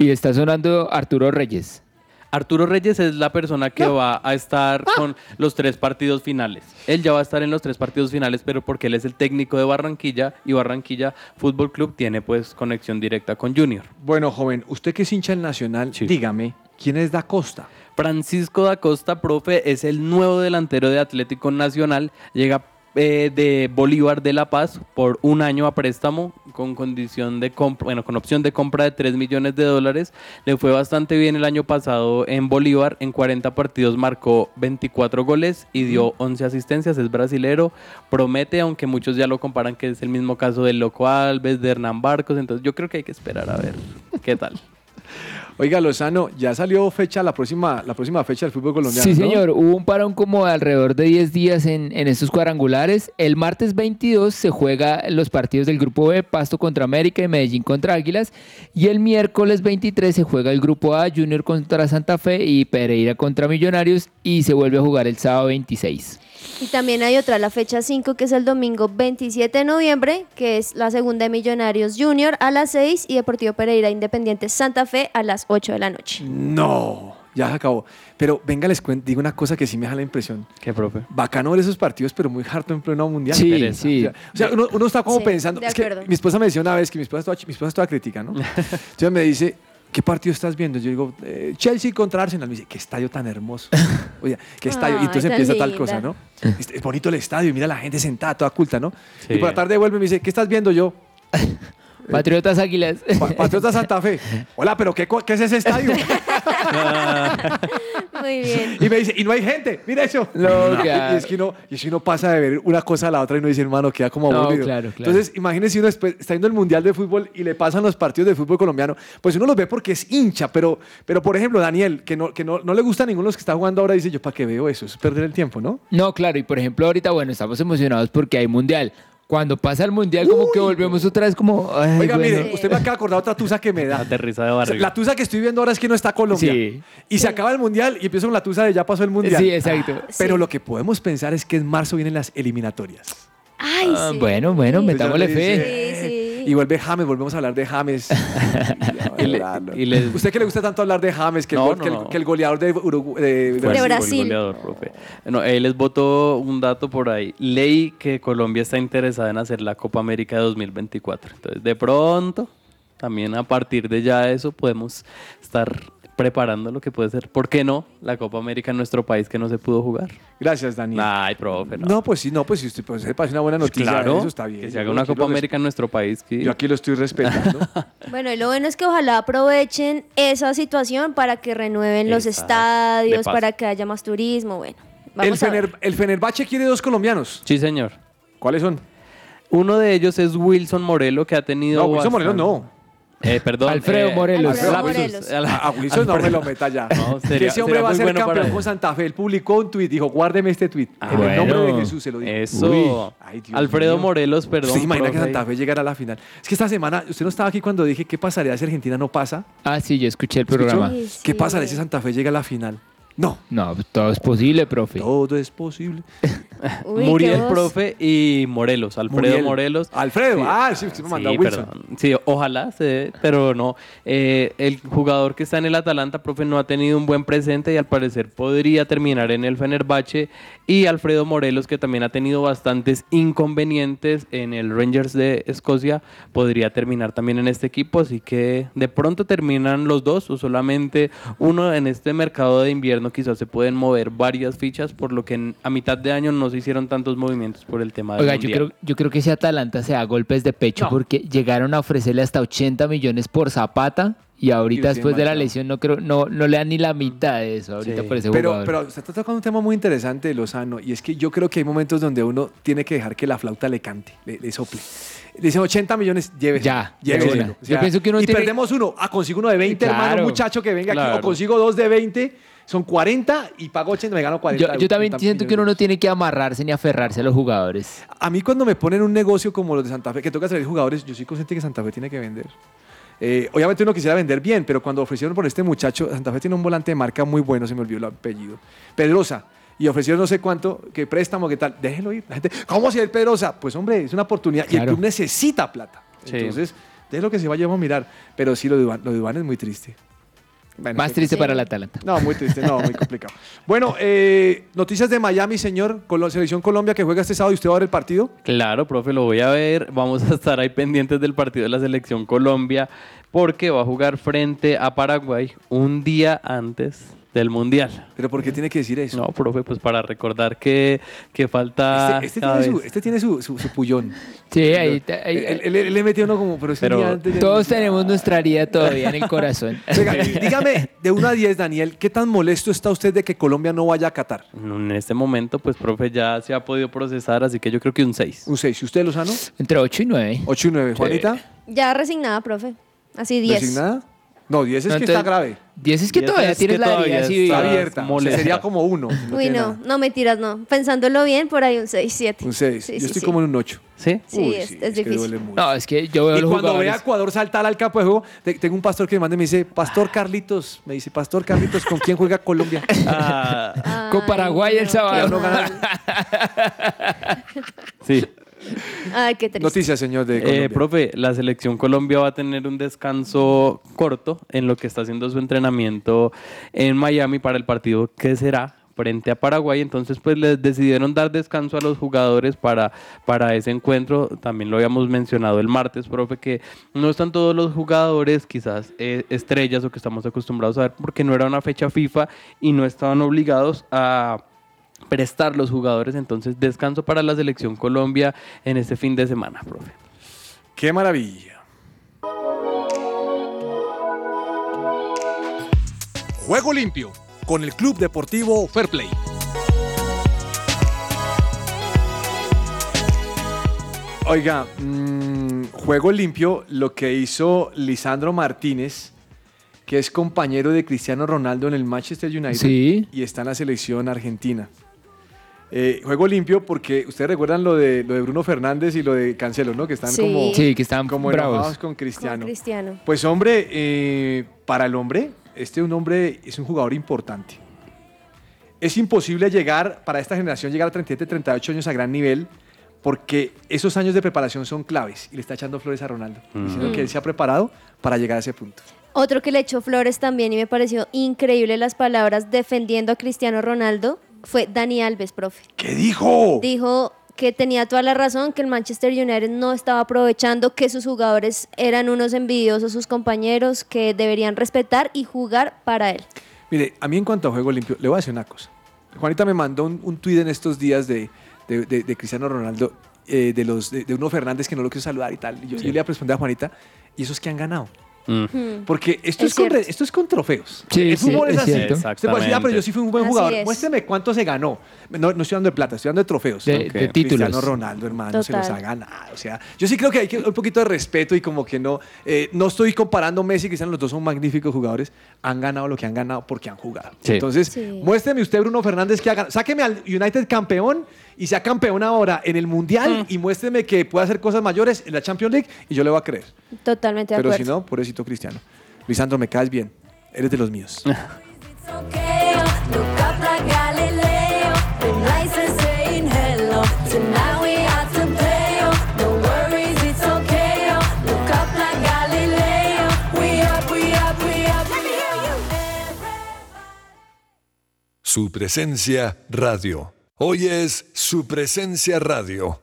Speaker 4: Y está sonando Arturo Reyes.
Speaker 3: Arturo Reyes es la persona que va a estar con los tres partidos finales. Él ya va a estar en los tres partidos finales, pero porque él es el técnico de Barranquilla y Barranquilla Fútbol Club tiene pues conexión directa con Junior.
Speaker 1: Bueno, joven, usted que es hincha del Nacional,
Speaker 3: Sí.
Speaker 1: dígame, ¿quién es Da Costa?
Speaker 3: Francisco da Costa, profe, es el nuevo delantero de Atlético Nacional. Llega eh, de Bolívar de La Paz por un año a préstamo con condición de comp- bueno, con opción de compra de 3 millones de dólares. Le fue bastante bien el año pasado en Bolívar. En 40 partidos marcó 24 goles y dio 11 asistencias. Es brasilero, promete, aunque muchos ya lo comparan que es el mismo caso del Loco Alves, de Hernán Barcos. Entonces yo creo que hay que esperar a ver qué <laughs> tal.
Speaker 1: Oiga, Lozano, ya salió fecha, la próxima, la próxima fecha del fútbol colombiano.
Speaker 4: Sí,
Speaker 1: ¿no?
Speaker 4: señor. Hubo un parón como de alrededor de 10 días en, en estos cuadrangulares. El martes 22 se juega los partidos del Grupo B, Pasto contra América y Medellín contra Águilas. Y el miércoles 23 se juega el Grupo A, Junior contra Santa Fe y Pereira contra Millonarios. Y se vuelve a jugar el sábado 26.
Speaker 5: Y también hay otra, la fecha 5, que es el domingo 27 de noviembre, que es la segunda de Millonarios Junior a las 6 y Deportivo Pereira Independiente Santa Fe a las 8 de la noche.
Speaker 4: <laughs>
Speaker 1: No, ya se acabó. Pero venga, les cuento, digo una cosa que sí me da la impresión.
Speaker 3: ¿Qué, profe?
Speaker 1: Bacano ver esos partidos, pero muy harto en pleno mundial.
Speaker 4: Sí,
Speaker 3: pereza.
Speaker 1: O
Speaker 4: sí.
Speaker 1: sea, o sea, uno, uno está como
Speaker 5: Sí,
Speaker 1: pensando.
Speaker 5: de
Speaker 1: Es que
Speaker 5: acuerdo.
Speaker 1: mi esposa me decía una vez que mi esposa estaba, mi esposa estaba crítica,
Speaker 4: <laughs>
Speaker 1: ¿no? Entonces me dice, ¿qué partido estás viendo? Yo digo, eh, Chelsea contra Arsenal. Me dice, qué estadio tan hermoso. Oye, qué estadio.
Speaker 5: Ay,
Speaker 1: y entonces
Speaker 5: tan
Speaker 1: empieza tal
Speaker 5: linda.
Speaker 1: cosa, ¿no? Este, Es es bonito el estadio y mira la gente sentada, toda culta, ¿no?
Speaker 3: Sí.
Speaker 1: Y por la tarde vuelve y me dice, ¿qué estás viendo yo?
Speaker 4: Patriotas Águilas. <laughs>
Speaker 1: Pa- Patriota Santa Fe. Hola, pero ¿qué, co- qué es ese estadio?
Speaker 5: Muy bien.
Speaker 1: Y me dice, y no hay gente, mira eso. <laughs>
Speaker 4: No,
Speaker 1: y,
Speaker 4: claro.
Speaker 1: es que uno, y es que uno pasa de ver una cosa a la otra y uno dice, hermano, queda como
Speaker 4: No,
Speaker 1: aburrido.
Speaker 4: claro, claro.
Speaker 1: Entonces, imagínese uno después, está viendo el Mundial de Fútbol y le pasan los partidos de fútbol colombiano. Pues uno los ve porque es hincha, pero, pero por ejemplo, Daniel, que no, que no, no le gusta a ninguno de los que está jugando ahora, dice, yo, ¿para qué veo eso? Es perder el tiempo, ¿no?
Speaker 4: No, claro, y por ejemplo, ahorita, bueno, estamos emocionados porque hay mundial. Cuando pasa el mundial, como que volvemos otra vez, como. ay,
Speaker 1: Oiga,
Speaker 4: bueno.
Speaker 1: mire, usted me acaba de acordar otra tusa que me da.
Speaker 3: Aterriza <laughs> de
Speaker 1: O sea,
Speaker 3: barriga.
Speaker 1: La tusa que estoy viendo ahora es que no está Colombia.
Speaker 4: Sí.
Speaker 1: Y se acaba el mundial y empiezo con la tusa de ya pasó el mundial.
Speaker 4: Sí, exacto.
Speaker 1: Pero lo que podemos pensar es que en marzo vienen las eliminatorias.
Speaker 5: Ay,
Speaker 4: Ah,
Speaker 5: sí.
Speaker 4: Bueno, bueno,
Speaker 1: pues
Speaker 5: Sí.
Speaker 4: metámosle fe.
Speaker 5: dice- Sí, sí.
Speaker 1: Y vuelve James, volvemos a hablar de
Speaker 3: <laughs>
Speaker 1: James.
Speaker 3: Y le- y le-
Speaker 1: Usted que le gusta tanto hablar de James, que, el,
Speaker 3: No,
Speaker 1: gol-
Speaker 3: no,
Speaker 1: que el-
Speaker 3: no.
Speaker 1: que el goleador de Uruguay.
Speaker 3: Fue
Speaker 5: De
Speaker 3: el
Speaker 5: Brasil.
Speaker 3: goleador, profe. No, él les votó un dato por ahí. Leí que Colombia está interesada en hacer la Copa América de 2024. Entonces, de pronto, también a partir de ya eso, podemos estar preparando lo que puede ser. ¿Por qué no? La Copa América en nuestro país que no se pudo jugar.
Speaker 1: Gracias, Daniel.
Speaker 3: Ay, profe, no.
Speaker 1: no. pues sí, no, pues sí, usted- pues, me parece una buena
Speaker 3: Pues
Speaker 1: noticia.
Speaker 3: claro,
Speaker 1: eso está bien.
Speaker 3: que se
Speaker 1: Yo
Speaker 3: haga una
Speaker 1: aquí
Speaker 3: Copa
Speaker 1: lo res-
Speaker 3: América en nuestro país. que-
Speaker 1: Yo aquí lo estoy
Speaker 3: <laughs>
Speaker 1: respetando.
Speaker 5: Bueno, y lo bueno es que ojalá aprovechen esa situación para que renueven los
Speaker 3: Exacto. De
Speaker 5: estadios,
Speaker 3: paso.
Speaker 5: para que haya más turismo. Bueno,
Speaker 1: el,
Speaker 5: vamos a ver.
Speaker 1: Fener- el Fenerbahce quiere dos colombianos.
Speaker 3: Sí, señor.
Speaker 1: ¿Cuáles son?
Speaker 3: Uno de ellos es Wilson Morelo, que ha tenido.
Speaker 1: No, Wilson Moreno
Speaker 3: bastante-
Speaker 1: no.
Speaker 3: Eh, perdón.
Speaker 4: Alfredo
Speaker 3: eh,
Speaker 4: Morelos.
Speaker 5: Alfredo
Speaker 3: lapsus.
Speaker 5: Morelos.
Speaker 3: A la-
Speaker 1: A Ah, Wilson no me lo meta ya.
Speaker 3: No,
Speaker 1: Que
Speaker 3: sería-
Speaker 1: ese hombre
Speaker 3: sería
Speaker 1: va a
Speaker 3: muy
Speaker 1: ser
Speaker 3: bueno para
Speaker 1: campeón
Speaker 3: él.
Speaker 1: con Santa Fe. Él publicó un tuit, dijo, guárdeme este tuit.
Speaker 3: Ah,
Speaker 1: en el
Speaker 3: bueno.
Speaker 1: nombre de Jesús se lo digo.
Speaker 3: Eso.
Speaker 1: Uy. Ay, Dios
Speaker 3: Alfredo
Speaker 1: mío.
Speaker 3: Morelos, perdón.
Speaker 1: ¿Usted se imagina que
Speaker 3: profe.
Speaker 1: Santa Fe llegara a la final? Es que esta semana, usted no estaba aquí cuando dije, ¿qué pasaría si Argentina no pasa?
Speaker 4: Ah, sí, yo escuché el
Speaker 1: ¿Escuchó?
Speaker 4: programa.
Speaker 5: Sí, sí.
Speaker 1: ¿Qué pasaría si Santa Fe llega a la final? No,
Speaker 4: No, todo es posible, profe.
Speaker 1: todo es posible.
Speaker 5: Uy, qué
Speaker 3: Muriel,
Speaker 5: voz.
Speaker 3: profe, y Morelos. Alfredo
Speaker 1: Muriel.
Speaker 3: Morelos.
Speaker 1: Alfredo,
Speaker 3: Sí.
Speaker 1: ah, sí, se me mandó a Wilson.
Speaker 3: perdón. Sí, ojalá se dé, pero no. Eh, el jugador que está en el Atalanta, profe, no ha tenido un buen presente y al parecer podría terminar en el Fenerbahce. Y Alfredo Morelos, que también ha tenido bastantes inconvenientes en el Rangers de Escocia, podría terminar también en este equipo. Así que de pronto terminan los dos o solamente uno en este mercado de invierno. Quizás se pueden mover varias fichas, por lo que en- a mitad de año no se hicieron tantos movimientos por el tema del
Speaker 4: Oiga, yo
Speaker 3: Mundial.
Speaker 4: creo, yo creo que ese Atalanta se da golpes de pecho
Speaker 3: No.
Speaker 4: porque llegaron a ofrecerle hasta 80 millones por Zapata y ahorita
Speaker 1: Y lo
Speaker 4: después de la
Speaker 1: tienen
Speaker 4: lesión no creo no, no le dan ni la mitad de eso ahorita
Speaker 3: Sí.
Speaker 4: por ese
Speaker 1: Pero,
Speaker 4: jugador.
Speaker 1: pero usted está tocando un tema muy interesante, Lozano, y es que yo creo que hay momentos donde uno tiene que dejar que la flauta le cante, le, le sople. Le dicen 80 millones, llévese.
Speaker 4: Ya,
Speaker 1: lléveselo.
Speaker 4: de una. Yo pienso que uno
Speaker 1: y
Speaker 4: tiene-
Speaker 1: perdemos uno. Ah, consigo uno de 20,
Speaker 4: Claro.
Speaker 1: hermano, muchacho que venga aquí.
Speaker 3: Claro.
Speaker 1: O consigo dos de 20, son 40 y pago 80, me gano 40.
Speaker 4: yo, yo también siento que uno no tiene que amarrarse ni aferrarse a los jugadores.
Speaker 1: A mí cuando me ponen un negocio como los de Santa Fe, que toca salir jugadores, yo soy consciente que Santa Fe tiene que vender. Eh, obviamente uno quisiera vender bien, pero cuando ofrecieron por este muchacho, Santa Fe tiene un volante de marca muy bueno, se me olvidó el apellido, Pedrosa, y ofrecieron no sé cuánto, que préstamo, que tal, déjelo ir. La gente, ¿cómo si el Pedrosa? Pues hombre, es una oportunidad y el
Speaker 4: Claro.
Speaker 1: club necesita plata.
Speaker 3: Sí.
Speaker 1: Entonces, de lo que se vaya vamos a mirar, pero sí, lo de Iván, lo de Iván es muy triste. Bueno,
Speaker 4: Más
Speaker 1: sí.
Speaker 4: triste
Speaker 5: Sí.
Speaker 4: para el Atalanta.
Speaker 1: No, muy triste, no, muy complicado. Bueno, eh, noticias de Miami, señor, con la selección Colombia que juega este sábado y usted va a ver el partido.
Speaker 3: Claro, profe, lo voy a ver. Vamos a estar ahí pendientes del partido de la selección Colombia porque va a jugar frente a Paraguay un día antes del Mundial.
Speaker 1: ¿Pero por qué tiene que decir eso?
Speaker 3: No, profe, pues para recordar que, que falta...
Speaker 1: Este, este
Speaker 3: cada
Speaker 1: tiene, su,
Speaker 3: vez.
Speaker 1: este tiene su, su, su pullón.
Speaker 4: ah, Sí, ahí, ahí-
Speaker 1: Él- él- él- él le metió uno como, pero, es un
Speaker 3: Pero
Speaker 1: día antes de-
Speaker 4: todos tenemos nuestra herida todavía en
Speaker 1: <laughs>
Speaker 4: el corazón. <laughs>
Speaker 1: Venga, dígame, de 1 a 10, Daniel, ¿qué tan molesto está usted de que Colombia no vaya a Qatar?
Speaker 3: En este momento, pues, profe, ya se ha podido procesar, así que yo creo que un 6.
Speaker 1: Un 6. ¿Y usted, Lozano?
Speaker 4: Entre 8 y 9.
Speaker 1: 8 y 9. ¿Juanita?
Speaker 5: Ya resignada, profe. Así 10.
Speaker 1: ¿Designada? No, 10 es que está grave.
Speaker 4: 10 es que
Speaker 3: Diez
Speaker 4: todavía
Speaker 3: es que
Speaker 4: tienes la herida
Speaker 3: todavía
Speaker 4: así
Speaker 1: Está
Speaker 3: Ah,
Speaker 4: viva.
Speaker 1: abierta. O sea,
Speaker 3: molesta.
Speaker 1: sería como 1.
Speaker 5: Uy, no, no mentiras, no. Pensándolo bien, por ahí un 6, 7.
Speaker 1: Un 6. Yo estoy como en un 8. <laughs>
Speaker 3: ¿Sí?
Speaker 5: Sí, es- es
Speaker 1: que
Speaker 5: difícil.
Speaker 1: duele mucho.
Speaker 4: No, es que yo veo
Speaker 1: y
Speaker 4: los
Speaker 1: cuando ve a
Speaker 4: jugadores.
Speaker 1: Ecuador saltar al campo de juego, te- tengo un pastor que me manda y me dice, Pastor Carlitos, me dice, Pastor Carlitos, ¿con quién juega
Speaker 4: <laughs>
Speaker 1: Colombia?
Speaker 3: Ah,
Speaker 4: Con Paraguay
Speaker 1: <laughs>
Speaker 4: el sábado.
Speaker 1: no
Speaker 4: <laughs>
Speaker 1: gana-
Speaker 3: sí.
Speaker 5: Ay, qué triste.
Speaker 1: Noticias, señor, de Colombia.
Speaker 3: Eh, profe, la selección Colombia va a tener un descanso corto en lo que está haciendo su entrenamiento en Miami para el partido que será frente a Paraguay. Entonces, pues les decidieron dar descanso a los jugadores para, para ese encuentro. También lo habíamos mencionado el martes, profe, que no están todos los jugadores, quizás eh, estrellas o que estamos acostumbrados a ver, porque no era una fecha FIFA y no estaban obligados a prestar los jugadores, entonces descanso para la selección Colombia en este fin de semana, profe.
Speaker 1: Qué maravilla.
Speaker 8: Juego limpio con el Club Deportivo Fair Play.
Speaker 1: Oiga, mm, juego limpio lo que hizo Lisandro Martínez, que es compañero de Cristiano Ronaldo en el Manchester United
Speaker 4: Sí.
Speaker 1: y está en la selección argentina. Eh, juego limpio porque ustedes recuerdan lo de, lo de Bruno Fernández y lo de Cancelo, ¿no? Que están
Speaker 5: Sí.
Speaker 1: como,
Speaker 4: Sí, que están
Speaker 1: como
Speaker 4: bravos.
Speaker 1: enojados con
Speaker 5: Con
Speaker 1: Cristiano.
Speaker 5: Cristiano.
Speaker 1: Pues hombre, eh, para el hombre, este un hombre es un jugador importante. Es imposible llegar, para esta generación, llegar a 37, 38 años a gran nivel, porque esos años de preparación son claves. Y le está echando flores a Ronaldo, diciendo que él
Speaker 5: Mm.
Speaker 1: se ha preparado para llegar a ese punto.
Speaker 5: Otro que le echó flores también y me pareció increíble las palabras defendiendo a Cristiano Ronaldo fue Dani Alves, profe.
Speaker 1: ¿Qué dijo?
Speaker 5: Dijo que tenía toda la razón, que el Manchester United no estaba aprovechando, que sus jugadores eran unos envidiosos, sus compañeros, que deberían respetar y jugar para él.
Speaker 1: Mire, a mí en cuanto a juego limpio, le voy a decir una cosa. Juanita me mandó un, un tuit en estos días de, de- de- de Cristiano Ronaldo, eh, de, los, de, de uno Fernández que no lo quiso saludar y tal. Y yo, yo le respondí a Juanita, ¿y esos que han ganado? Porque esto
Speaker 5: Es
Speaker 1: es, con,
Speaker 5: cierto.
Speaker 1: re- esto es con trofeos.
Speaker 4: Sí,
Speaker 1: el
Speaker 4: sí,
Speaker 1: fútbol es,
Speaker 4: es
Speaker 1: así.
Speaker 4: cierto.
Speaker 1: Usted puede decir, ah, pero yo sí fui un buen
Speaker 5: Así
Speaker 1: jugador.
Speaker 5: es.
Speaker 1: Muéstrame cuánto se ganó. No, no estoy hablando de plata, estoy hablando de trofeos.
Speaker 4: De- de
Speaker 1: Ok.
Speaker 4: títulos.
Speaker 1: Cristiano Ronaldo, hermano, se los
Speaker 5: Total.
Speaker 1: ha ganado. O sea, yo sí creo que hay que un poquito de respeto y como que no. eh, no estoy comparando Messi y Cristiano, los dos son magníficos jugadores. Han ganado lo que han ganado porque han jugado.
Speaker 3: Sí.
Speaker 1: Entonces,
Speaker 5: Sí.
Speaker 1: muéstreme usted, Bruno Fernández, que ha ganado. Sáqueme al United campeón y sea campeón ahora en el Mundial
Speaker 5: Mm.
Speaker 1: y muéstreme que puede hacer cosas mayores en la Champions League y yo le voy a creer.
Speaker 5: Totalmente de
Speaker 1: Pero si
Speaker 5: acuerdo.
Speaker 1: no, pobrecito Cristiano. Lisandro, me caes bien. Eres de los <laughs> míos.
Speaker 6: It's okay, look up like Galileo. Been licensed saying hello. Tonight we are to play. No worries, it's okay. Look up like Galileo. We up, we up, we up. Let me hear you.
Speaker 10: Su presencia radio. Hoy es su presencia radio.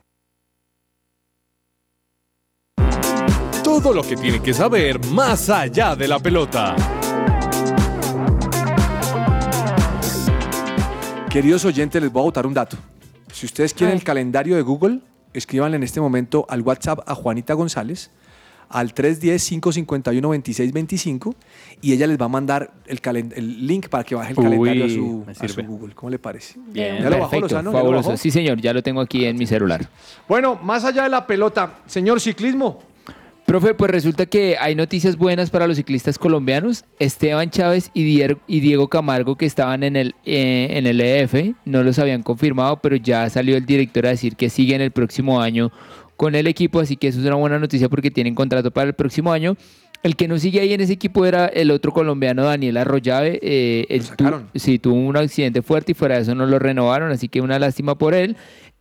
Speaker 8: Todo lo que tiene que saber más allá de la pelota.
Speaker 1: Queridos oyentes, les voy a botar un dato. Si ustedes quieren
Speaker 5: Ay.
Speaker 1: el calendario de Google, escríbanle en este momento al WhatsApp a Juanita González al 310-551-2625 y ella les va a mandar el, calen- el link para que baje el
Speaker 3: Uy,
Speaker 1: calendario a su,
Speaker 3: me
Speaker 1: a su
Speaker 3: sirve.
Speaker 1: Google. ¿Cómo le parece?
Speaker 5: Bien.
Speaker 1: ¿Ya lo bajó,
Speaker 4: Perfecto,
Speaker 1: Lozano? ¿Ya lo
Speaker 4: fabuloso.
Speaker 1: bajó?
Speaker 4: Sí, señor, ya lo tengo aquí en mi celular.
Speaker 1: Bueno, más allá de la pelota, señor ciclismo,
Speaker 4: Profe, pues resulta que hay noticias buenas para los ciclistas colombianos. Esteban Chávez y, Dier- y Diego Camargo, que estaban en el, eh, en el EF, no los habían confirmado, pero ya salió el director a decir que siguen el próximo año con el equipo, así que eso es una buena noticia porque tienen contrato para el próximo año. El que no sigue ahí en ese equipo era el otro colombiano, Daniel Arroyave. eh, él tu-
Speaker 1: sacaron.
Speaker 4: sí, tuvo un accidente fuerte y fuera de eso no lo renovaron, así que una lástima por él.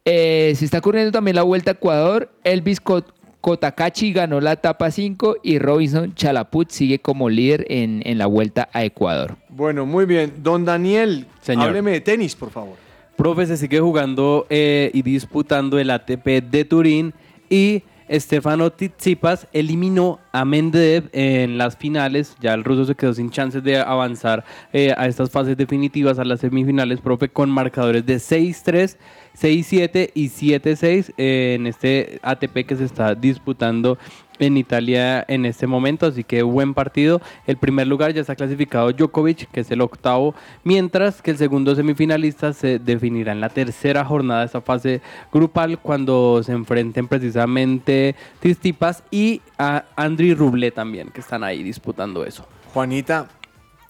Speaker 4: Eh, se está corriendo también la Vuelta a Ecuador. Elvis Co- Cotacachi ganó la etapa 5 y Robinson Chalaput sigue como líder en, en la Vuelta a Ecuador.
Speaker 1: Bueno, muy bien. Don Daniel,
Speaker 3: Señor.
Speaker 1: hábleme de tenis, por favor.
Speaker 3: Profe, se sigue jugando eh, y disputando el ATP de Turín y Stefano Tsitsipas eliminó a Mendev en las finales. Ya el ruso se quedó sin chances de avanzar eh, a estas fases definitivas, a las semifinales, profe, con marcadores de 6-3, 6-7 y 7-6 eh, en este ATP que se está disputando en Italia en este momento, así que buen partido. El primer lugar ya está clasificado Djokovic, que es el octavo, mientras que el segundo semifinalista se definirá en la tercera jornada de esta fase grupal cuando se enfrenten precisamente Tistipas y a Andriy Ruble también, que están ahí disputando eso.
Speaker 1: Juanita,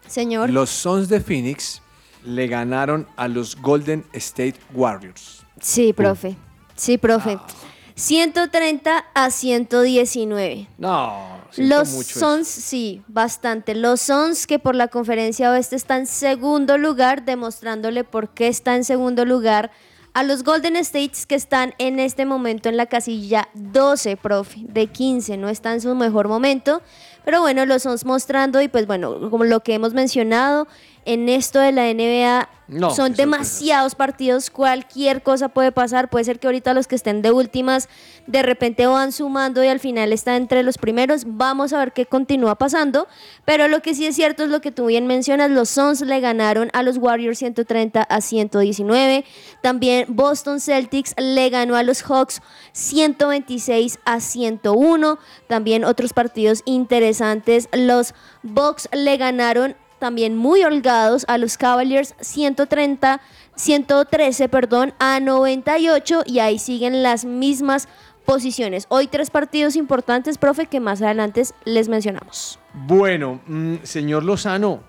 Speaker 5: Señor.
Speaker 1: Los Suns de Phoenix le ganaron a los Golden State Warriors.
Speaker 5: Sí, profe. Sí, profe.
Speaker 1: Ah.
Speaker 5: 130 a 119.
Speaker 1: No,
Speaker 5: Los Suns, sí, bastante. Los Suns que por la conferencia oeste está en segundo lugar, demostrándole por qué está en segundo lugar a los Golden States que están en este momento en la casilla 12, profe, de 15, no está en su mejor momento. Pero bueno, los Suns mostrando y pues bueno, como lo que hemos mencionado, en esto de la NBA
Speaker 1: No,
Speaker 5: son
Speaker 1: qué sorpresa.
Speaker 5: demasiado demasiados partidos, cualquier cosa puede pasar. Puede ser que ahorita los que estén de últimas de repente van sumando y al final está entre los primeros. Vamos a ver qué continúa pasando. Pero lo que sí es cierto es lo que tú bien mencionas: los Suns le ganaron a los Warriors 130 a 119. También Boston Celtics le ganó a los Hawks 126 a 101. También otros partidos interesantes: los Bucks le ganaron también muy holgados a los Cavaliers 130, 113, perdón, a 98 y ahí siguen las mismas posiciones. Hoy tres partidos importantes, profe, que más adelante les mencionamos.
Speaker 1: Bueno, mm, señor Lozano,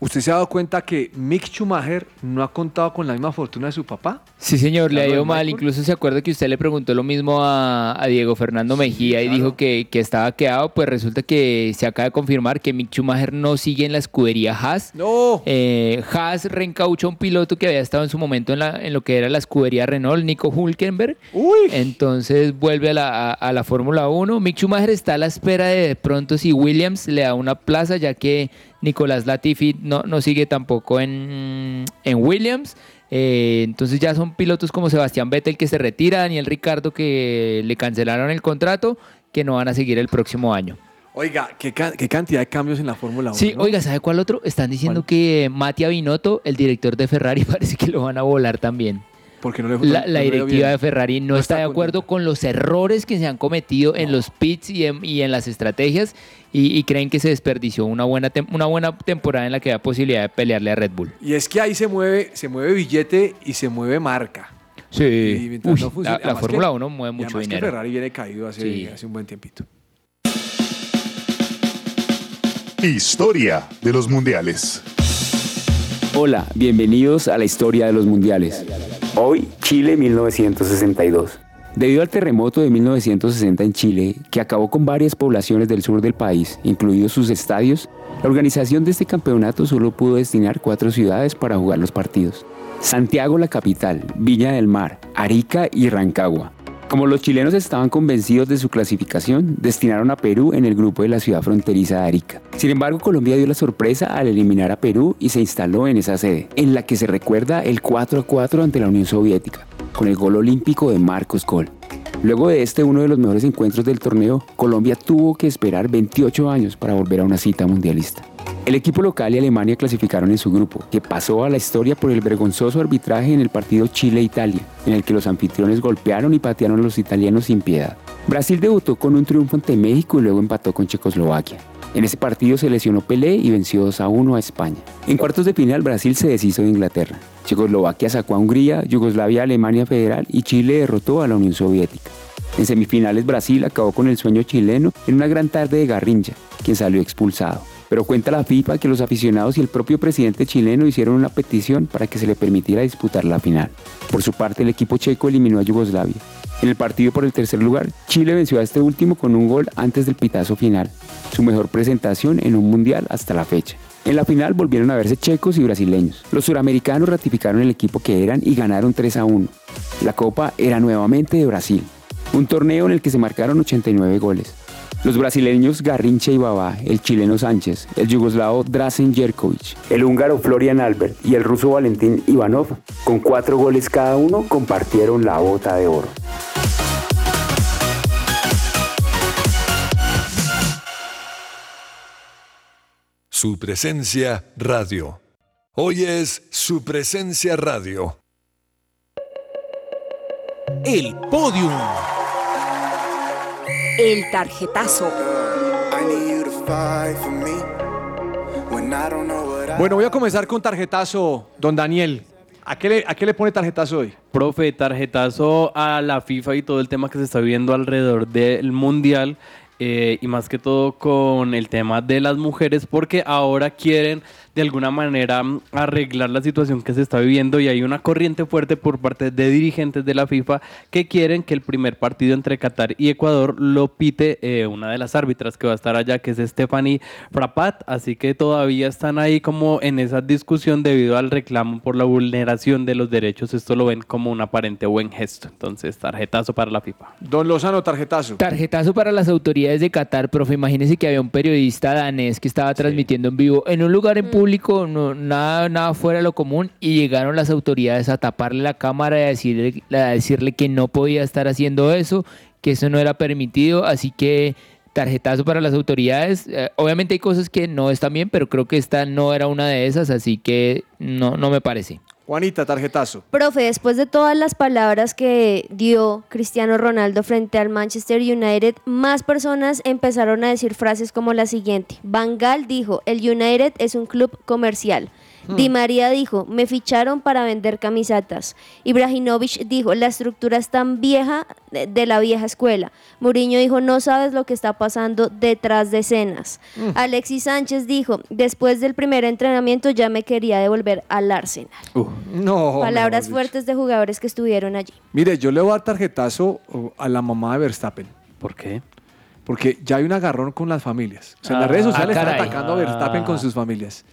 Speaker 1: ¿usted se ha dado cuenta que Mick Schumacher no ha contado con la misma fortuna de su papá?
Speaker 4: Sí, señor, le ha
Speaker 1: Claro,
Speaker 4: ido
Speaker 1: el
Speaker 4: mal.
Speaker 1: Michael.
Speaker 4: Incluso se acuerda que usted le preguntó lo mismo a, a Diego Fernando Mejía y dijo que, que estaba quedado. Pues resulta que se acaba de confirmar que Mick Schumacher no sigue en la escudería Haas.
Speaker 1: No.
Speaker 4: Eh, Haas reencaucha un piloto que había estado en su momento en, la- en lo que era la escudería Renault, Nico Hulkenberg.
Speaker 1: Uy.
Speaker 11: Eh,
Speaker 4: Entonces vuelve a la, a- a la Fórmula 1. Mick Schumacher está a la espera de, de pronto si Williams le da una plaza, ya que Nicolás Latifi no, no sigue tampoco en, en Williams. Eh, entonces ya son pilotos como Sebastián Vettel que se retira, Daniel Ricardo que le cancelaron el contrato, que no van a seguir el próximo año.
Speaker 1: Oiga, qué, ca- qué cantidad de cambios en la Fórmula 1.
Speaker 4: Sí, oiga, ¿sabe cuál otro? Están diciendo
Speaker 1: Ah,
Speaker 11: <laughs>
Speaker 1: ¿Cuál?
Speaker 4: que Matti Binotto, el director de Ferrari, parece que lo van a volar también.
Speaker 1: Porque no le
Speaker 11: La, la
Speaker 1: no le veo
Speaker 11: directiva
Speaker 1: bien.
Speaker 11: de Ferrari no,
Speaker 1: No
Speaker 11: está,
Speaker 1: está
Speaker 11: de acuerdo
Speaker 1: contenta.
Speaker 11: con los errores que se han cometido en los pits y en, y en las estrategias y, y creen que se desperdició una buena, tem- una buena temporada en la que había posibilidad de pelearle a Red Bull.
Speaker 1: Y es que ahí se mueve, se mueve billete y se mueve marca. Y
Speaker 11: Sí,
Speaker 1: mientras no funcione-
Speaker 11: la, la
Speaker 1: además
Speaker 11: Fórmula
Speaker 1: que-
Speaker 11: 1 mueve
Speaker 1: y
Speaker 11: mucho
Speaker 1: además que
Speaker 11: dinero.
Speaker 1: Ferrari viene caído hace,
Speaker 11: Sí.
Speaker 1: hace un buen tiempito.
Speaker 12: Historia de los mundiales.
Speaker 4: Hola, bienvenidos a la historia de los mundiales. Hoy, Chile 1962. Debido al terremoto de 1960 en Chile, que acabó con varias poblaciones del sur del país, incluidos sus estadios, la organización de este campeonato solo pudo destinar cuatro ciudades para jugar los partidos. Santiago la capital, Villa del Mar, Arica y Rancagua. Como los chilenos estaban convencidos de su clasificación, destinaron a Perú en el grupo de la ciudad fronteriza de Arica. Sin embargo, Colombia dio la sorpresa al eliminar a Perú y se instaló en esa sede, en la que se recuerda el 4 a 4 ante la Unión Soviética, con el gol olímpico de Marcos Gol. Luego de este uno de los mejores encuentros del torneo, Colombia tuvo que esperar 28 años para volver a una cita mundialista. El equipo local y Alemania clasificaron en su grupo, que pasó a la historia por el vergonzoso arbitraje en el partido Chile-Italia, en el que los anfitriones golpearon y patearon a los italianos sin piedad. Brasil debutó con un triunfo ante México y luego empató con Checoslovaquia. En ese partido se lesionó Pelé y venció 2 a 1 a España. En cuartos de final, Brasil se deshizo de Inglaterra. Checoslovaquia sacó a Hungría, Yugoslavia a Alemania Federal y Chile derrotó a la Unión Soviética. En semifinales, Brasil acabó con el sueño chileno en una gran tarde de Garrincha, quien salió expulsado. Pero cuenta la FIFA que los aficionados y el propio presidente chileno hicieron una petición para que se le permitiera disputar la final. Por su parte, el equipo checo eliminó a Yugoslavia. En el partido por el tercer lugar, Chile venció a este último con un gol antes del pitazo final, su mejor presentación en un mundial hasta la fecha. En la final volvieron a verse checos y brasileños. Los suramericanos ratificaron el equipo que eran y ganaron 3 a 1. La copa era nuevamente de Brasil, un torneo en el que se marcaron 89 goles. Los brasileños Garrincha y Babá, el chileno Sánchez, el yugoslavo Drazen Jerkovic, el húngaro Florian Albert y el ruso Valentín Ivanov, con cuatro goles cada uno, compartieron la bota de oro.
Speaker 13: Su presencia radio. Hoy es su presencia radio.
Speaker 14: El podium.
Speaker 15: El tarjetazo.
Speaker 1: Bueno, voy a comenzar con tarjetazo, don Daniel. ¿A qué le, a qué le pone tarjetazo hoy?
Speaker 3: Profe, tarjetazo a la FIFA y todo el tema que se está viviendo alrededor del Mundial. eh, y más que todo con el tema de las mujeres, porque ahora quieren de alguna manera mm, arreglar la situación que se está viviendo y hay una corriente fuerte por parte de dirigentes de la FIFA que quieren que el primer partido entre Qatar y Ecuador lo pite eh, una de las árbitras que va a estar allá, que es Stephanie Frapat. Así que todavía están ahí como en esa discusión debido al reclamo por la vulneración de los derechos. Esto lo ven como un aparente buen gesto. Entonces, tarjetazo para la FIFA.
Speaker 1: Don Lozano, tarjetazo.
Speaker 11: Tarjetazo para las autoridades de Qatar, profe. Imagínense que había un periodista danés que estaba transmitiendo en vivo en un lugar en público, no- nada, nada fuera de lo común, y llegaron las autoridades a taparle la cámara y a decirle, a decirle que no podía estar haciendo eso, que eso no era permitido, así que tarjetazo para las autoridades. Eh, obviamente hay cosas que no están bien, pero creo que esta no era una de esas, así que no, no me parece.
Speaker 1: Juanita, tarjetazo.
Speaker 5: Profe, después de todas las palabras que dio Cristiano Ronaldo frente al Manchester United, más personas empezaron a decir frases como la siguiente. Van Gaal dijo, el United es un club comercial. Di María dijo, me ficharon para vender camisetas. Ibrahimovic dijo, la estructura es tan vieja de- de la vieja escuela. Mourinho dijo, no sabes lo que está pasando detrás de escenas. Alexis Sánchez dijo, después del primer entrenamiento ya me quería devolver al Arsenal.
Speaker 1: No. Oh, mejor
Speaker 5: Palabras
Speaker 1: dicho.
Speaker 5: fuertes de jugadores que estuvieron allí.
Speaker 1: Mire, yo le voy a dar tarjetazo oh, a la mamá de Verstappen.
Speaker 3: ¿Por qué?
Speaker 1: Porque ya hay un agarrón con las familias. O sea, en
Speaker 3: Ah,
Speaker 1: las redes sociales están
Speaker 11: caray.
Speaker 1: atacando a Verstappen con sus familias.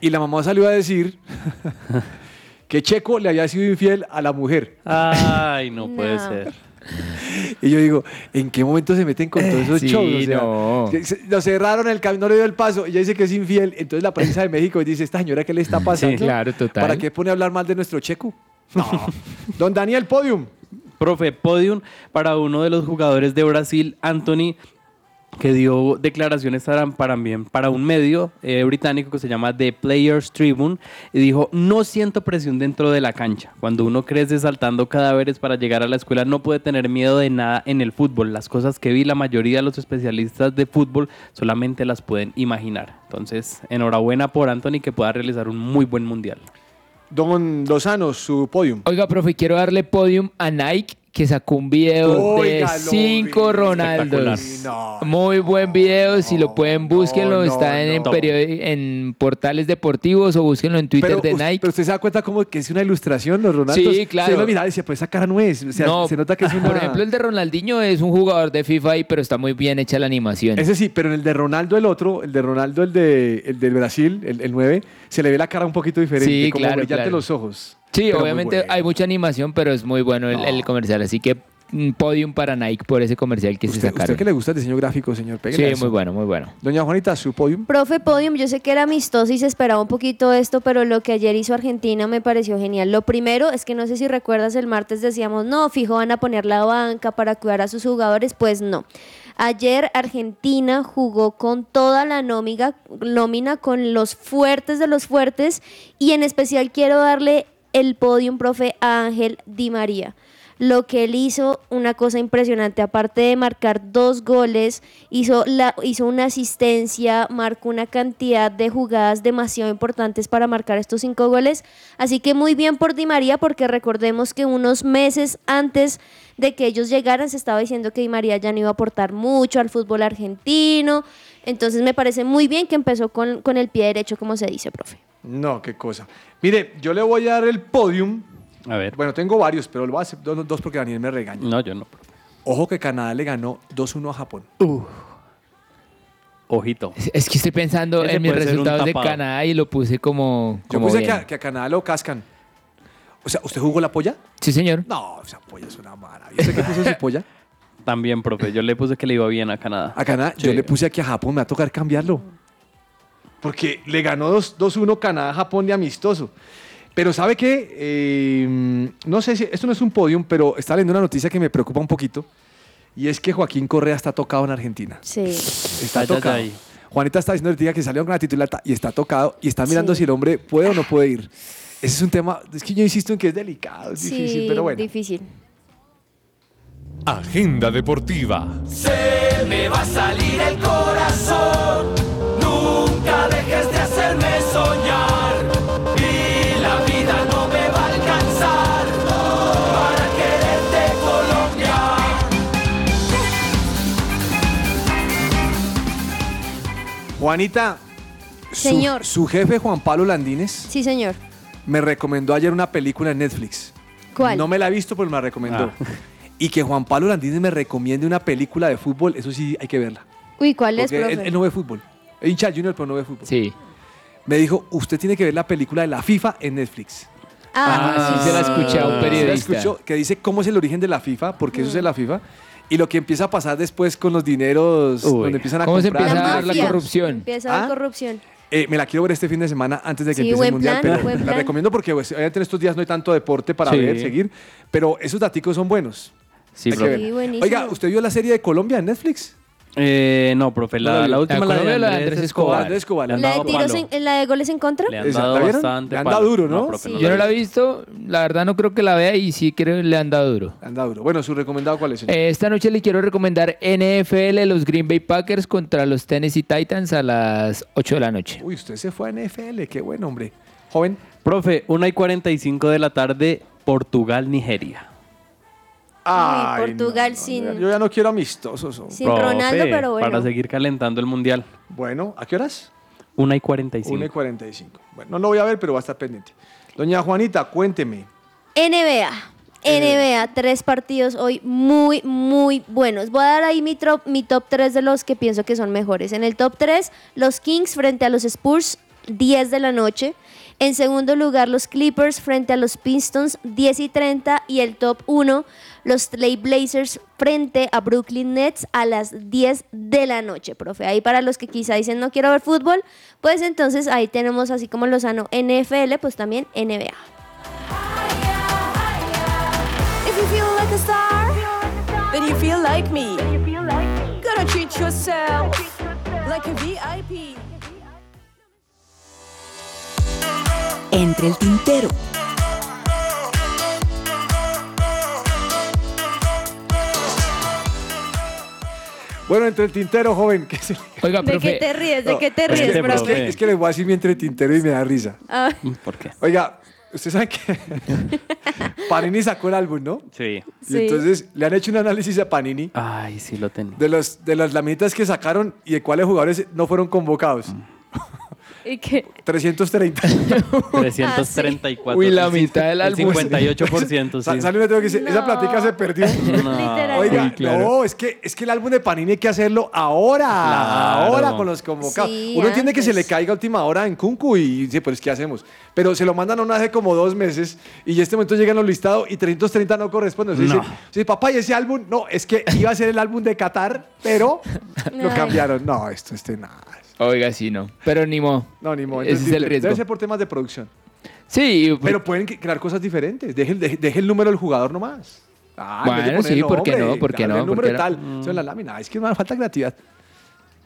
Speaker 1: Y la mamá salió a decir
Speaker 3: <laughs>
Speaker 1: que Checo le había sido infiel a la mujer.
Speaker 3: Ay, no puede
Speaker 5: No.
Speaker 3: ser.
Speaker 1: Y yo digo, ¿en qué momento se meten con
Speaker 4: Eh,
Speaker 1: todos esos
Speaker 11: Sí,
Speaker 1: shows? O sea,
Speaker 11: no.
Speaker 1: que se- Lo cerraron el camino, no le dio el paso. Ella dice que es infiel. Entonces la prensa de México dice, ¿esta señora qué le está pasando?
Speaker 11: claro, total.
Speaker 1: ¿Para qué pone a hablar mal de nuestro Checo? No. <laughs> Don Daniel Podium.
Speaker 3: Profe, podium para uno de los jugadores de Brasil, Anthony que dio declaraciones para, para bien- para un medio eh, británico que se llama The Players Tribune y dijo, no siento presión dentro de la cancha. Cuando uno crece saltando cadáveres para llegar a la escuela no puede tener miedo de nada en el fútbol. Las cosas que vi, la mayoría de los especialistas de fútbol solamente las pueden imaginar. Entonces, enhorabuena por Anthony que pueda realizar un muy buen mundial.
Speaker 1: Don Lozano, su podium.
Speaker 4: Oiga, profe, quiero darle podium a Nike que sacó un video
Speaker 1: Oiga,
Speaker 4: de
Speaker 1: lo
Speaker 4: cinco Ronaldos. Muy buen video, si lo pueden búsquenlo, está en,
Speaker 1: no.
Speaker 4: periodi- en portales deportivos o búsquenlo en Twitter de
Speaker 1: us-
Speaker 4: Nike.
Speaker 1: pero usted se da cuenta como que es una ilustración, los Ronaldos.
Speaker 4: Sí, claro.
Speaker 1: Se lo miraba y decía, pues esa cara no es. O sea,
Speaker 4: No,
Speaker 1: se nota que es una...
Speaker 4: Por ejemplo, el de Ronaldinho es un jugador de FIFA y pero está muy bien hecha la animación.
Speaker 1: Ese sí, pero en el de Ronaldo, el otro, el de Ronaldo, el, de, el del Brasil, el, el 9, se le ve la cara un poquito diferente,
Speaker 4: Sí,
Speaker 1: como
Speaker 4: claro,
Speaker 1: brillante
Speaker 4: claro.
Speaker 1: los ojos.
Speaker 4: Sí,
Speaker 1: Pero muy
Speaker 4: obviamente
Speaker 1: bueno.
Speaker 4: hay mucha animación, pero es muy bueno el, el comercial. Así que un podium para Nike por ese comercial que se
Speaker 1: ¿Usted,
Speaker 4: sacaron.
Speaker 1: usted que le gusta el diseño gráfico, señor Pérez?
Speaker 4: sí, muy bueno, muy bueno.
Speaker 1: Doña Juanita, su podium.
Speaker 5: Profe Podium, yo sé que era amistoso y se esperaba un poquito esto, pero lo que ayer hizo Argentina me pareció genial. Lo primero es que no sé si recuerdas, el martes decíamos, no, fijo, van a poner la banca para cuidar a sus jugadores. Pues no. Ayer Argentina jugó con toda la nómiga- nómina, con los fuertes de los fuertes, y en especial quiero darle el podium, profe, a Ángel Di María lo que él hizo, una cosa impresionante. Aparte de marcar dos goles, hizo, la, hizo una asistencia, marcó una cantidad de jugadas demasiado importantes para marcar estos cinco goles. Así que muy bien por Di María, porque recordemos que unos meses antes de que ellos llegaran, se estaba diciendo que Di María ya no iba a aportar mucho al fútbol argentino. Entonces me parece muy bien que empezó con, con el pie derecho, como se dice, profe.
Speaker 1: No, qué cosa. Mire, yo le voy a dar el podium.
Speaker 3: A ver.
Speaker 1: Bueno, tengo varios, pero lo voy a hacer dos, dos porque Daniel me regaña.
Speaker 3: No, yo no.
Speaker 1: Ojo que Canadá le ganó 2-1 a Japón.
Speaker 3: Ojito.
Speaker 4: Es que estoy pensando
Speaker 1: Ese
Speaker 4: en mis
Speaker 1: puede ser un
Speaker 4: resultados de
Speaker 1: tapado.
Speaker 4: Canadá y lo puse como.
Speaker 1: Yo
Speaker 4: como
Speaker 1: puse que
Speaker 4: bien.
Speaker 1: a, que a Canadá lo cascan. O sea, ¿usted jugó la polla?
Speaker 4: Sí, señor.
Speaker 1: No, esa polla es una maravilla. ¿Usted qué puso su polla?
Speaker 3: También, profe, yo le puse que le iba bien a Canadá.
Speaker 1: A Canadá, yo
Speaker 3: Sí.
Speaker 1: le puse aquí a Japón, me va a tocar cambiarlo. Porque le ganó 2 2-1 Canadá a Japón de amistoso. Pero ¿sabe qué? Eh, no sé si esto no es un podium, pero está leyendo una noticia que me preocupa un poquito. Y es que Joaquín Correa está tocado en Argentina.
Speaker 5: Sí.
Speaker 1: Está
Speaker 3: Ay, ay,
Speaker 1: tocado.
Speaker 3: ay.
Speaker 1: Juanita está diciendo ahorita que salió con la titulata y está tocado y está mirando si el hombre puede o no puede ir. Ese es un tema, es que yo insisto en que es delicado, es difícil,
Speaker 5: sí,
Speaker 1: pero bueno.
Speaker 5: difícil.
Speaker 8: Agenda deportiva.
Speaker 2: Se me va a salir el corazón. Nunca dejes de hacerme soñar. Y la vida no me va a alcanzar para quererte Colombia.
Speaker 1: Juanita, su-
Speaker 5: Señor.
Speaker 1: su jefe Juan Pablo Landines
Speaker 5: Sí, señor.
Speaker 1: me recomendó ayer una película en Netflix.
Speaker 5: ¿Cuál?
Speaker 1: No me la he visto, pero me la recomendó.
Speaker 4: Ah.
Speaker 1: Y que Juan Pablo Landines me recomiende una película de fútbol, eso sí hay que verla.
Speaker 5: Uy, ¿cuál es,
Speaker 1: Porque
Speaker 5: profe?
Speaker 1: él, él no ve fútbol. Es hincha del Junior, pero no ve fútbol.
Speaker 4: Sí.
Speaker 1: Me dijo, usted tiene que ver la película de la FIFA en Netflix.
Speaker 5: Ah,
Speaker 4: Ah, sí, se la escuché a un
Speaker 1: Se la
Speaker 4: periodista.
Speaker 1: escuchó, que dice cómo es el origen de la FIFA,
Speaker 5: Mm.
Speaker 1: porque eso es de la FIFA, y lo que empieza a pasar después con los dineros,
Speaker 4: Uy.
Speaker 1: donde empiezan a
Speaker 4: ¿Cómo se
Speaker 1: comprar.
Speaker 4: empieza a dar la
Speaker 5: mafia.
Speaker 4: corrupción?
Speaker 5: Empieza la
Speaker 1: ¿Ah?
Speaker 5: corrupción.
Speaker 1: Eh, me la quiero ver este fin de semana antes de que
Speaker 5: Sí,
Speaker 1: empiece el
Speaker 5: buen
Speaker 1: mundial,
Speaker 5: plan,
Speaker 1: pero
Speaker 5: buen
Speaker 1: la
Speaker 5: plan.
Speaker 1: recomiendo porque pues, obviamente en estos días no hay tanto deporte para
Speaker 3: Sí.
Speaker 1: ver, seguir, pero esos daticos son buenos.
Speaker 3: Sí,
Speaker 1: Hay que
Speaker 3: profe.
Speaker 1: verla.
Speaker 5: Sí, buenísimo.
Speaker 1: Oiga, ¿usted vio la serie de Colombia en Netflix?
Speaker 3: Eh, no, profe,
Speaker 1: No la
Speaker 3: la,
Speaker 1: vi.
Speaker 3: la última
Speaker 4: La
Speaker 3: la,
Speaker 4: Colombia,
Speaker 3: de
Speaker 4: la de
Speaker 3: Andrés,
Speaker 4: Andrés
Speaker 3: Escobar.
Speaker 1: Escobar. Andrés Escobar.
Speaker 3: Le han
Speaker 5: ¿La de,
Speaker 3: dado
Speaker 5: tiros
Speaker 3: palo.
Speaker 5: en- la de goles en contra?
Speaker 3: Le han
Speaker 1: Esa, ¿la
Speaker 3: dado
Speaker 1: vieron?
Speaker 3: bastante
Speaker 1: Le han dado
Speaker 3: palo.
Speaker 1: duro, ¿no?
Speaker 3: profe,
Speaker 5: Sí.
Speaker 4: Yo no la he visto, la verdad no creo que la vea y sí creo que le han dado duro.
Speaker 1: Anda duro. Bueno, ¿su recomendado cuál es, señor?
Speaker 4: Eh, Esta noche le quiero recomendar NFL, los Green Bay Packers contra los Tennessee Titans a las 8 de la noche.
Speaker 1: Uy, usted se fue a NFL, qué buen hombre. Joven,
Speaker 3: Profe, 1 y 45 de la tarde, Portugal-Nigeria.
Speaker 1: Ay,
Speaker 5: Portugal
Speaker 1: no, no,
Speaker 5: sin-
Speaker 1: Yo ya no quiero amistosos. hombre.
Speaker 5: Sin Ronaldo, pero bueno.
Speaker 3: Para seguir calentando el mundial.
Speaker 1: Bueno, ¿a qué horas?
Speaker 3: 1
Speaker 1: 1
Speaker 3: y
Speaker 1: y
Speaker 3: 45.
Speaker 1: 45. Bueno, no lo voy a ver, pero va a estar pendiente. Doña Juanita, cuénteme.
Speaker 5: NBA. NBA, tres partidos hoy muy, muy buenos. Voy a dar ahí mi, tro- mi top 3 de los que pienso que son mejores. En el top 3, los Kings frente a los Spurs, 10 de la noche. En segundo lugar, los Clippers frente a los Pistons, 10 y 30. Y el top 1, los Trail Blazers frente a Brooklyn Nets a las 10 de la noche, profe. Ahí para los que quizá dicen no quiero ver fútbol, pues entonces ahí tenemos así como Lozano NFL, pues también NBA.
Speaker 6: If you feel like a star, then you feel like me. Gonna treat
Speaker 16: yourself like a VIP.
Speaker 17: Entre el tintero.
Speaker 1: Bueno, entre el tintero, joven. ¿qué se-
Speaker 4: Oiga,
Speaker 5: ¿De qué te ríes? ¿De qué te ríes,
Speaker 1: es que, es,
Speaker 5: profe?
Speaker 1: que, es que les voy a decir mi entre el tintero y me da risa.
Speaker 5: Ah,
Speaker 3: ¿Por qué?
Speaker 1: Oiga, usted sabe que Panini sacó el álbum, ¿no?
Speaker 3: Sí.
Speaker 1: Y entonces le han hecho un análisis a Panini
Speaker 3: Ay, sí lo tenía.
Speaker 1: de, los, de las laminitas que sacaron y de cuáles jugadores no fueron convocados.
Speaker 5: ¿Y qué?
Speaker 1: 330.
Speaker 3: <laughs> 334.
Speaker 1: Uy, la
Speaker 3: El
Speaker 1: mitad del
Speaker 3: el
Speaker 1: álbum.
Speaker 3: 58%,
Speaker 1: <laughs> Sa-
Speaker 3: sí.
Speaker 1: Sale un letrero que dice, esa plática se perdió.
Speaker 3: Literal.
Speaker 1: Oiga,
Speaker 3: Sí, claro.
Speaker 1: no, es que, es que el álbum de Panini hay que hacerlo ahora.
Speaker 3: Claro.
Speaker 1: Ahora con los convocados.
Speaker 5: Sí,
Speaker 1: Uno entiende que se le caiga a última hora en Kunku y dice, pues, ¿qué hacemos? Pero se lo mandan a uno hace como dos meses y en este momento llegan los listados y 330 no corresponden. Entonces
Speaker 3: No.
Speaker 1: dice, sí, papá, ¿y ese álbum? No, es que iba a ser el álbum de Qatar, pero lo
Speaker 4: Ay.
Speaker 1: cambiaron. No, esto, este, nada.
Speaker 4: Oiga, sí, no. Pero ni mo.
Speaker 1: No, ni modo.
Speaker 4: Ese es el
Speaker 1: Entonces,
Speaker 4: riesgo.
Speaker 1: Debe ser por temas de producción.
Speaker 4: Sí.
Speaker 1: Pero pueden que- crear cosas diferentes. Deje, el- deje- deje el número del jugador nomás. Ah, en vez de
Speaker 4: Bueno, sí,
Speaker 1: ponerle
Speaker 4: ¿por qué
Speaker 1: nombre,
Speaker 4: no? ¿Por qué
Speaker 1: darle
Speaker 4: no?
Speaker 1: El número
Speaker 4: ¿Por qué
Speaker 1: de
Speaker 4: no?
Speaker 1: tal. Eso en la lámina. Es que me falta creatividad.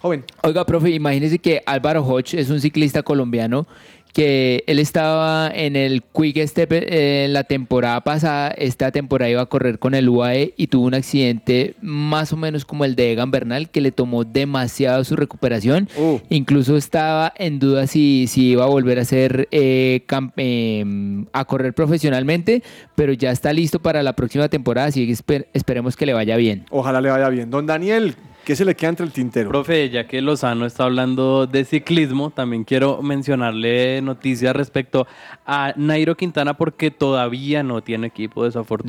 Speaker 1: Joven.
Speaker 4: Oiga, profe, imagínese que Álvaro Hodge es un ciclista colombiano que él estaba en el Quick Step eh, la temporada pasada, esta temporada iba a correr con el UAE y tuvo un accidente más o menos como el de Egan Bernal que le tomó demasiado su recuperación. Incluso estaba en duda si, si iba a volver a ser eh, cam- em, a correr profesionalmente, pero ya está listo para la próxima temporada, así que esper- esperemos que le vaya bien.
Speaker 1: Ojalá le vaya bien. Don Daniel, ¿qué se le queda entre el tintero?
Speaker 3: Profe, ya que Lozano está hablando de ciclismo, también quiero mencionarle noticias respecto a Nairo Quintana porque todavía no tiene equipo,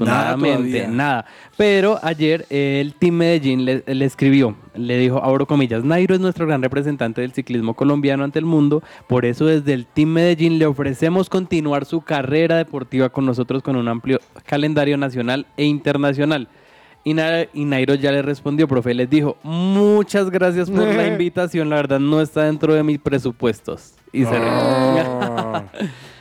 Speaker 3: desafortunadamente,
Speaker 9: Nada todavía.
Speaker 3: nada. Pero ayer eh, el Team Medellín le, le escribió, le dijo, abro comillas, Nairo es nuestro gran representante del ciclismo colombiano ante el mundo, por eso desde el Team Medellín le ofrecemos continuar su carrera deportiva con nosotros con un amplio calendario nacional e internacional. Y, Na- y Nairo ya le respondió, profe, les dijo, muchas gracias por la invitación, la verdad no está dentro de mis presupuestos. Y se
Speaker 1: Ah. <laughs>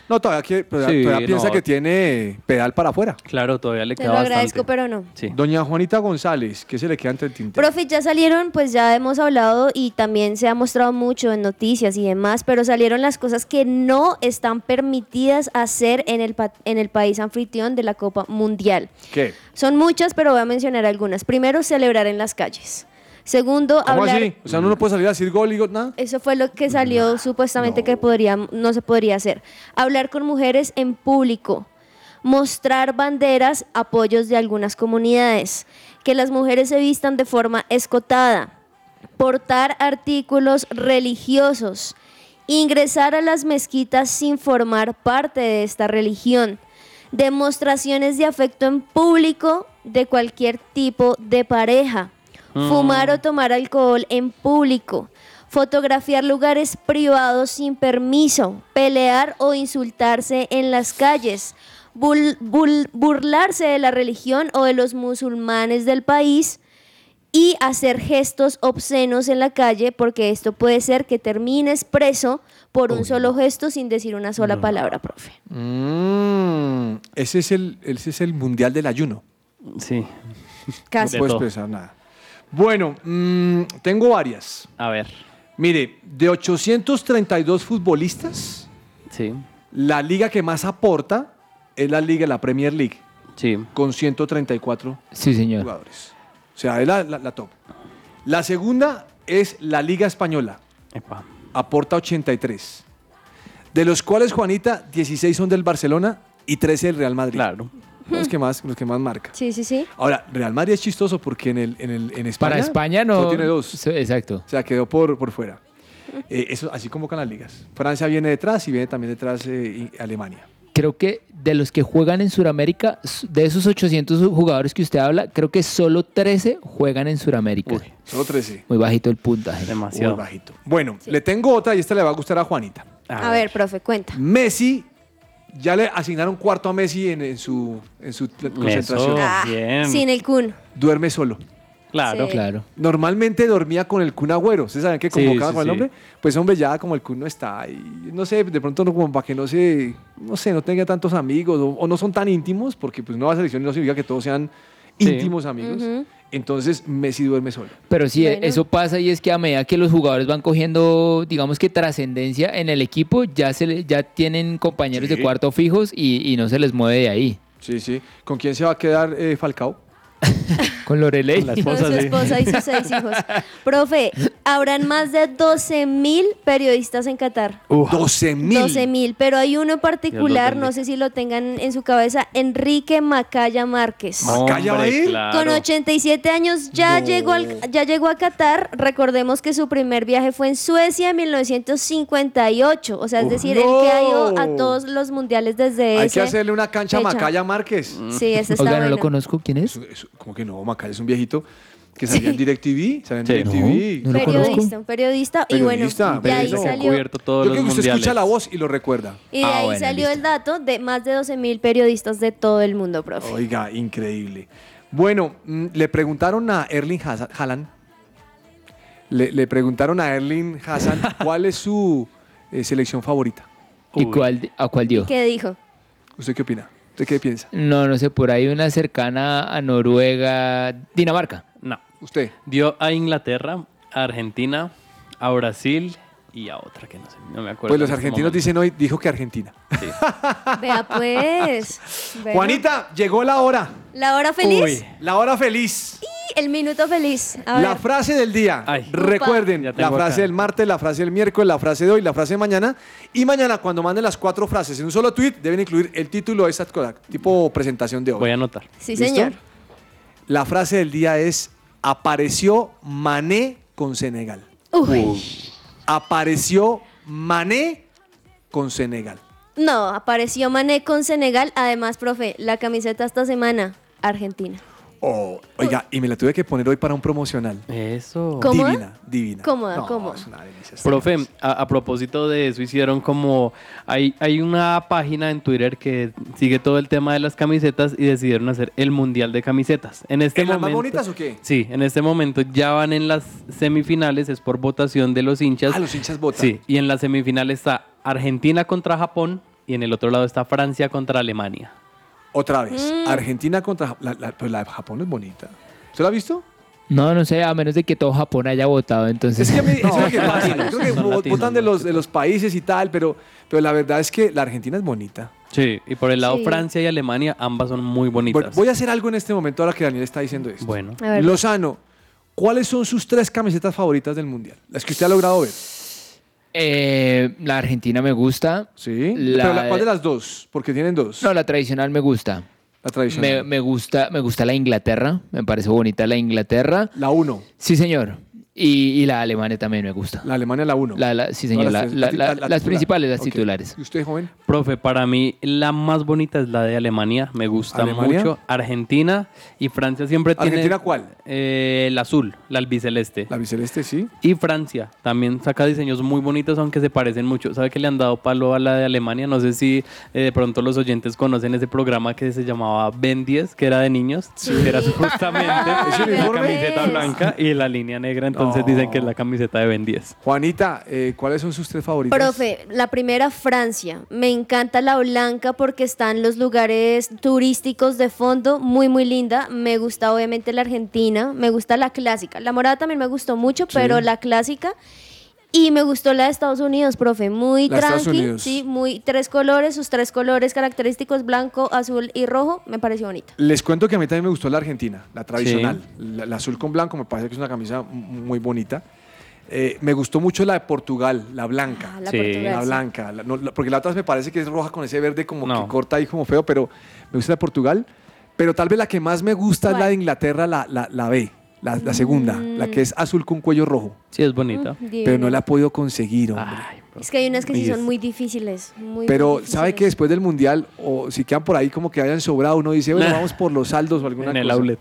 Speaker 1: No, todavía, que- todavía- todavía piensa que tiene pedal para afuera.
Speaker 3: Claro, todavía le
Speaker 5: Te
Speaker 3: queda
Speaker 5: lo
Speaker 3: bastante.
Speaker 5: agradezco, pero no.
Speaker 1: Doña Juanita González, ¿qué se le queda entre el tintero?
Speaker 5: Profe, ya salieron, pues ya hemos hablado y también se ha mostrado mucho en noticias y demás, pero salieron las cosas que no están permitidas hacer en el, pa- en el país anfitrión de la Copa Mundial.
Speaker 1: ¿Qué?
Speaker 5: Son muchas, pero voy a mencionar algunas. Primero, celebrar en las calles. Segundo,
Speaker 1: ¿Cómo
Speaker 5: hablar...
Speaker 1: así? O sea, uno no puede salir a decir gol y go- nada.
Speaker 5: Eso fue lo que salió supuestamente que podría, no se podría hacer. Hablar con mujeres en público. Mostrar banderas, apoyos de algunas comunidades. Que las mujeres se vistan de forma escotada. Portar artículos religiosos. Ingresar a las mezquitas sin formar parte de esta religión. Demostraciones de afecto en público de cualquier tipo de pareja.
Speaker 18: Mm.
Speaker 5: Fumar o tomar alcohol en público. Fotografiar lugares privados sin permiso. Pelear o insultarse en las calles. bul- bul- burlarse de la religión o de los musulmanes del país. Y hacer gestos obscenos en la calle porque esto puede ser que termines preso por un solo gesto sin decir una sola palabra, profe.
Speaker 1: Mm, ese, es el, ese es el mundial del ayuno.
Speaker 3: Sí.
Speaker 5: Casi.
Speaker 1: No puedes pensar nada. Bueno, mm, tengo varias.
Speaker 3: A ver.
Speaker 1: Mire, de 832 futbolistas,
Speaker 3: sí.
Speaker 1: la liga que más aporta es la liga, la Premier League.
Speaker 3: Sí.
Speaker 1: Con 134
Speaker 4: Sí, señor.
Speaker 1: jugadores. O sea, es la, la- la top. La segunda es la Liga Española. Aporta 83. De los cuales, Juanita, 16 son del Barcelona y 13 del Real Madrid. Claro. Los que más, los que más marca.
Speaker 5: Sí, sí, sí.
Speaker 1: Ahora, Real Madrid es chistoso porque en, el, en, el, en España.
Speaker 4: Para España no-
Speaker 1: No tiene dos.
Speaker 4: exacto.
Speaker 1: O sea, quedó por, por fuera. Eh, eso, así como con las ligas. Francia viene detrás y viene también detrás eh, y- Alemania.
Speaker 4: creo que de los que juegan en Sudamérica, s- de esos 800 jugadores que usted habla, creo que solo 13 juegan en Sudamérica.
Speaker 1: Solo 13.
Speaker 4: Muy bajito el puntaje.
Speaker 1: Demasiado. Muy bajito. Bueno, le tengo otra y esta le va a gustar a Juanita.
Speaker 5: A ver, profe, cuenta.
Speaker 1: Messi, ya le asignaron cuarto a Messi en, en su, en su t- concentración.
Speaker 5: Ah, Sin el Kun.
Speaker 1: Duerme solo.
Speaker 5: Claro. Sí. Claro.
Speaker 1: Normalmente dormía con el Kun Agüero. ¿Ustedes saben que
Speaker 3: Sí,
Speaker 1: convocaban
Speaker 3: sí,
Speaker 1: con el
Speaker 3: sí.
Speaker 1: hombre? Pues hombre, ya como el Kun no está y no sé, de pronto no, como para que no se, no sé, no tenga tantos amigos o, o no son tan íntimos, porque pues no va a selección y no significa que todos sean íntimos amigos. Entonces Messi duerme solo.
Speaker 4: Pero sí,
Speaker 1: Bueno.
Speaker 4: eso pasa y es que a medida que los jugadores van cogiendo, digamos que trascendencia en el equipo, ya se le- ya tienen compañeros
Speaker 1: Sí.
Speaker 4: de cuarto fijos y, y no se les mueve de ahí.
Speaker 1: Sí, sí. ¿Con quién se va a quedar eh, Falcao?
Speaker 4: Con Lorelei.
Speaker 1: la
Speaker 5: Con su esposa y sus seis
Speaker 1: <laughs>
Speaker 5: hijos. Profe, habrán más de 12 mil periodistas en Qatar.
Speaker 1: 12 mil.
Speaker 5: 12 mil, pero hay uno en particular,
Speaker 1: Dios lo
Speaker 5: no sé si lo tengan en su cabeza, Enrique Macaya Márquez.
Speaker 1: Macaya va a ir.
Speaker 5: Con 87 años ya, llegó al- ya llegó a Qatar. Recordemos que su primer viaje fue en Suecia en 1958. O sea, es
Speaker 1: Uf.
Speaker 5: decir, él que ha ido a
Speaker 1: No.
Speaker 5: todos los mundiales desde
Speaker 1: Hay
Speaker 5: ese-
Speaker 1: que hacerle una cancha
Speaker 5: fecha.
Speaker 1: a Macaya Márquez. <laughs>
Speaker 5: Sí, ese está Oiga, no lo bueno.
Speaker 4: conozco. ¿Quién es?
Speaker 1: Como que no, Macaya es un viejito que salía en DirecTV. Salía en DirecTV.
Speaker 5: periodista, un periodista,
Speaker 1: Periodista,
Speaker 5: y bueno, de ahí
Speaker 1: periodista que ha
Speaker 5: salió,
Speaker 1: cubierto Ah, Yo creo que usted escucha la voz y lo recuerda.
Speaker 5: y de ahí salió el dato de más de 12 mil periodistas de todo el mundo, profe.
Speaker 1: Oiga, increíble. Bueno, mm, le preguntaron a Erling Haza- Haaland. Le, le preguntaron a Erling
Speaker 3: <laughs>
Speaker 1: Haaland cuál es su eh, selección favorita.
Speaker 4: ¿Y cuál, a cuál dio?
Speaker 5: ¿Qué dijo?
Speaker 1: ¿Usted qué opina? ¿Usted qué piensa?
Speaker 4: No, no sé, por ahí una cercana a Noruega, Dinamarca.
Speaker 3: No.
Speaker 1: ¿Usted?
Speaker 3: Dio a Inglaterra, a Argentina, a Brasil y a otra que no sé, no me acuerdo.
Speaker 1: Pues los
Speaker 3: en este
Speaker 1: argentinos
Speaker 3: momento.
Speaker 1: dicen hoy, dijo que Argentina.
Speaker 5: Vea
Speaker 1: <laughs>
Speaker 5: pues. Vea.
Speaker 1: Juanita, llegó la hora.
Speaker 5: La hora feliz
Speaker 1: Uy, La hora feliz.
Speaker 5: y el minuto feliz. A
Speaker 1: La
Speaker 5: ver.
Speaker 1: frase del día. Recuerden, la
Speaker 3: tengo
Speaker 1: frase
Speaker 3: acá.
Speaker 1: del martes, la frase del miércoles, la frase de hoy, la frase de mañana. Y mañana, cuando manden las cuatro frases en un solo tweet, deben incluir el título de esa cosa, tipo presentación de hoy. Voy
Speaker 3: a anotar.
Speaker 5: Sí, señor.
Speaker 1: La frase del día es: Apareció Mané con Senegal. Apareció Mané con Senegal.
Speaker 5: No, apareció Mané con Senegal. Además, profe, la camiseta esta semana, Argentina.
Speaker 1: Oh, oiga, y me la tuve que poner hoy para un promocional.
Speaker 3: Eso.
Speaker 5: ¿Cómo?
Speaker 1: Divina, divina.
Speaker 5: Cómoda,
Speaker 1: No,
Speaker 5: cómoda.
Speaker 3: Profe, a, a propósito de eso, hicieron como. Hay, hay una página en Twitter que sigue todo el tema de las camisetas y decidieron hacer el mundial de camisetas. En este
Speaker 1: ¿En las más
Speaker 3: momento,
Speaker 1: bonitas o qué?
Speaker 3: Sí, en este momento ya van en las semifinales, es por votación de los hinchas.
Speaker 1: Ah, los hinchas votan.
Speaker 3: Sí, y en la semifinal está Argentina contra Japón y en el otro lado está Francia contra Alemania.
Speaker 1: Otra vez, Argentina contra Jap- la, la- pero la de Japón es bonita. ¿Usted la ha visto?
Speaker 4: No, no sé, a menos de que todo Japón haya votado, entonces...
Speaker 1: Eso es lo que pasa. Yo creo que
Speaker 3: son
Speaker 1: vo-
Speaker 3: latinos,
Speaker 1: votan de los, de los países y tal, pero, pero la verdad es que la Argentina es bonita.
Speaker 3: Sí, y por el lado
Speaker 1: Sí.
Speaker 3: Francia y Alemania, ambas son muy bonitas.
Speaker 1: Bueno, voy a hacer algo en este momento ahora que Daniel está diciendo esto.
Speaker 3: Bueno.
Speaker 5: A ver.
Speaker 1: Lozano, ¿cuáles son sus tres camisetas favoritas del Mundial? Las que usted ha logrado ver.
Speaker 4: Eh, la Argentina me gusta.
Speaker 1: Sí.
Speaker 4: La,
Speaker 1: Pero la- ¿Cuál de las dos? Porque tienen dos.
Speaker 4: No, la tradicional me gusta.
Speaker 1: La
Speaker 4: Me,
Speaker 1: tradicional.
Speaker 4: me gusta, me gusta la Inglaterra. Me parece bonita la Inglaterra.
Speaker 1: La 1.
Speaker 4: Sí, señor. Y, y la Alemania también me gusta.
Speaker 1: La Alemania, la 1.
Speaker 4: sí, señor.
Speaker 3: Todas las
Speaker 4: la-
Speaker 3: tres.
Speaker 4: la-
Speaker 3: La- la
Speaker 4: la- las
Speaker 3: titular.
Speaker 4: principales, las
Speaker 3: Ok.
Speaker 4: titulares.
Speaker 1: ¿Y usted, joven?
Speaker 3: Profe, para mí la más bonita es la de Alemania, me gusta
Speaker 1: ¿Alemania?
Speaker 3: mucho. Argentina y Francia siempre tiene.
Speaker 1: ¿Argentina cuál?
Speaker 3: Eh, el azul, la albiceleste. La
Speaker 1: albiceleste, sí.
Speaker 3: Y Francia también saca diseños muy bonitos, aunque se parecen mucho. ¿Sabe que le han dado palo a la de Alemania? No sé si eh, de pronto los oyentes conocen ese programa que se llamaba Ben 10, que era de niños. que Era
Speaker 1: <laughs>
Speaker 3: justamente la
Speaker 5: Ah,
Speaker 3: camiseta
Speaker 5: pues.
Speaker 3: blanca y la línea negra. Entonces dicen que es la camiseta de Ben 10.
Speaker 1: Juanita, eh, ¿cuáles son sus tres favoritas?
Speaker 5: Profe, la primera Francia. Me encanta la blanca porque están los lugares turísticos de fondo, muy muy linda. Me gusta obviamente la Argentina, me gusta la clásica. La morada también me gustó mucho, pero la clásica y me gustó la de Estados Unidos, profe, muy
Speaker 1: La de Estados
Speaker 5: tranqui,
Speaker 1: Unidos.
Speaker 5: sí, muy tres colores, sus tres colores característicos blanco, azul y rojo, me pareció bonita.
Speaker 1: Les cuento que a mí también me gustó la Argentina, la tradicional. La, la azul con blanco me parece que es una camisa m- muy bonita. Eh, me gustó mucho la de Portugal, la blanca.
Speaker 5: Ah, la Sí. Portugal,
Speaker 1: La
Speaker 5: sí.
Speaker 1: blanca. la- no, la- porque la otra me parece que es roja con ese verde como que corta ahí como feo, pero me gusta la de Portugal. Pero tal vez la que más me gusta es la de Inglaterra, la, la, la B, la, la segunda, la que es azul con cuello rojo.
Speaker 3: Sí, es bonita.
Speaker 5: Mm, divina.
Speaker 1: pero no la he podido conseguir, hombre.
Speaker 3: Ah.
Speaker 5: Es que hay unas que sí
Speaker 1: Y
Speaker 5: son
Speaker 1: es-
Speaker 5: muy difíciles, muy
Speaker 1: Pero
Speaker 5: difíciles.
Speaker 1: sabe que después del mundial, o si quedan por ahí como que hayan sobrado, uno dice, bueno,
Speaker 3: Nah.
Speaker 1: vamos por los saldos o alguna
Speaker 3: En el
Speaker 1: cosa.
Speaker 3: outlet.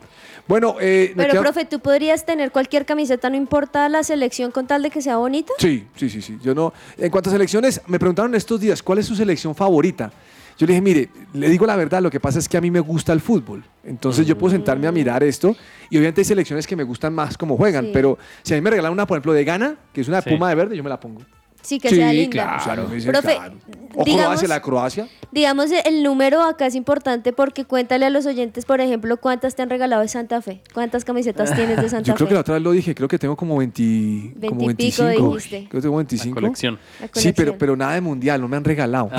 Speaker 1: Bueno, eh, me
Speaker 5: Pero
Speaker 1: queda-
Speaker 5: profe, tú podrías tener cualquier camiseta, no importa la selección con tal de que sea bonita.
Speaker 1: Sí, sí, sí, sí. Yo no. En cuanto a selecciones, me preguntaron estos días, ¿cuál es su selección favorita? Yo le dije, mire, le digo la verdad, lo que pasa es que a mí me gusta el fútbol. Entonces yo puedo
Speaker 5: Mm.
Speaker 1: sentarme a mirar esto. Y obviamente hay selecciones que me gustan más como juegan.
Speaker 5: Sí.
Speaker 1: Pero si a mí me regalan una, por ejemplo, de Ghana, que es una de
Speaker 3: Sí.
Speaker 1: puma de verde, yo me la pongo.
Speaker 5: Sí, que sea linda.
Speaker 1: Claro, me dice,
Speaker 5: Profe,
Speaker 1: claro. O
Speaker 5: digamos-
Speaker 1: Croacia, la Croacia.
Speaker 5: Digamos, el número acá es importante porque cuéntale a los oyentes, por ejemplo, cuántas te han regalado de Santa Fe. ¿Cuántas camisetas tienes
Speaker 1: <laughs>
Speaker 5: de Santa
Speaker 1: Yo creo
Speaker 5: Fe?
Speaker 1: que la otra vez lo dije, creo que tengo como 20, como
Speaker 5: 20 y pico
Speaker 1: 25.
Speaker 5: dijiste.
Speaker 1: Creo que tengo 25.
Speaker 3: colección. Ah,
Speaker 5: La
Speaker 1: Sí, pero,
Speaker 5: colección.
Speaker 1: pero nada de mundial, no me han regalado.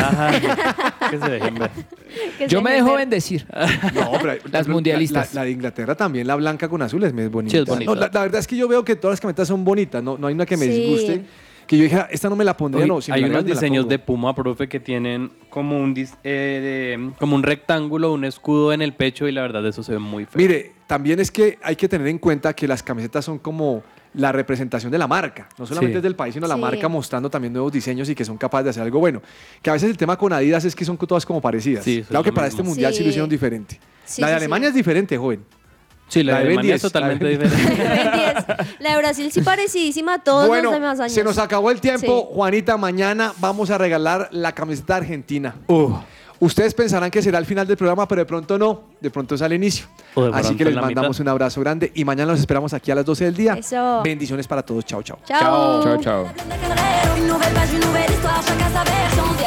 Speaker 3: que se dejen ver.
Speaker 5: Que
Speaker 4: Yo
Speaker 5: se
Speaker 4: me
Speaker 5: nos
Speaker 4: dejo
Speaker 5: vea.
Speaker 4: bendecir.
Speaker 1: No, pero-
Speaker 4: <laughs> Las mundialistas.
Speaker 1: La, la de Inglaterra también, la blanca con azules, me es bonita.
Speaker 4: Sí, es bonita.
Speaker 1: No, la, la verdad es que yo veo que todas las camisetas son bonitas, no, no hay una que me
Speaker 5: Sí.
Speaker 1: disguste. Que yo dije, "Ah, esta <laughs> no me la pondría,
Speaker 3: Oye,
Speaker 1: no. si me
Speaker 3: hay
Speaker 1: la
Speaker 3: unos
Speaker 1: regalan, me la
Speaker 3: diseños
Speaker 1: pongo".
Speaker 3: de Puma, profe, que tienen como un, dis- eh, de- como un rectángulo, un escudo en el pecho y la verdad eso se ve muy feo.
Speaker 1: Mire, también es que hay que tener en cuenta que las camisetas son como la representación de la marca, no solamente
Speaker 3: Sí.
Speaker 1: es del país, sino la
Speaker 5: Sí.
Speaker 1: marca mostrando también nuevos diseños y que son capaces de hacer algo bueno. Que a veces el tema con Adidas es que son todas como parecidas.
Speaker 3: Sí, eso es
Speaker 1: claro que
Speaker 3: lo
Speaker 1: para
Speaker 3: mismo.
Speaker 1: este mundial sí. lo
Speaker 5: Sí.
Speaker 1: hicieron diferente.
Speaker 5: Sí,
Speaker 1: la de
Speaker 5: sí,
Speaker 1: Alemania
Speaker 5: sí.
Speaker 1: es diferente, joven.
Speaker 3: Sí, la,
Speaker 1: la de
Speaker 3: de
Speaker 1: Ben 10,
Speaker 3: Alemania es
Speaker 1: la de
Speaker 3: totalmente
Speaker 1: Ben
Speaker 3: diferente.
Speaker 5: <laughs> La de Brasil sí parecidísima a todos
Speaker 1: bueno,
Speaker 5: los demás años.
Speaker 1: se nos acabó el tiempo.
Speaker 5: Sí.
Speaker 1: Juanita, mañana vamos a regalar la camiseta argentina.
Speaker 3: Uh.
Speaker 1: Ustedes pensarán que será el final del programa, pero de pronto no. De pronto es al inicio.
Speaker 3: O de
Speaker 1: Así
Speaker 3: pronto
Speaker 1: que les
Speaker 3: en la
Speaker 1: mandamos
Speaker 3: mitad.
Speaker 1: un abrazo grande y mañana los esperamos aquí a las 12 del día.
Speaker 5: Eso.
Speaker 1: Bendiciones para todos. Chao, chao.
Speaker 5: Chao.
Speaker 12: chao.
Speaker 16: Une nouvelle page, une nouvelle histoire, chacun sa version des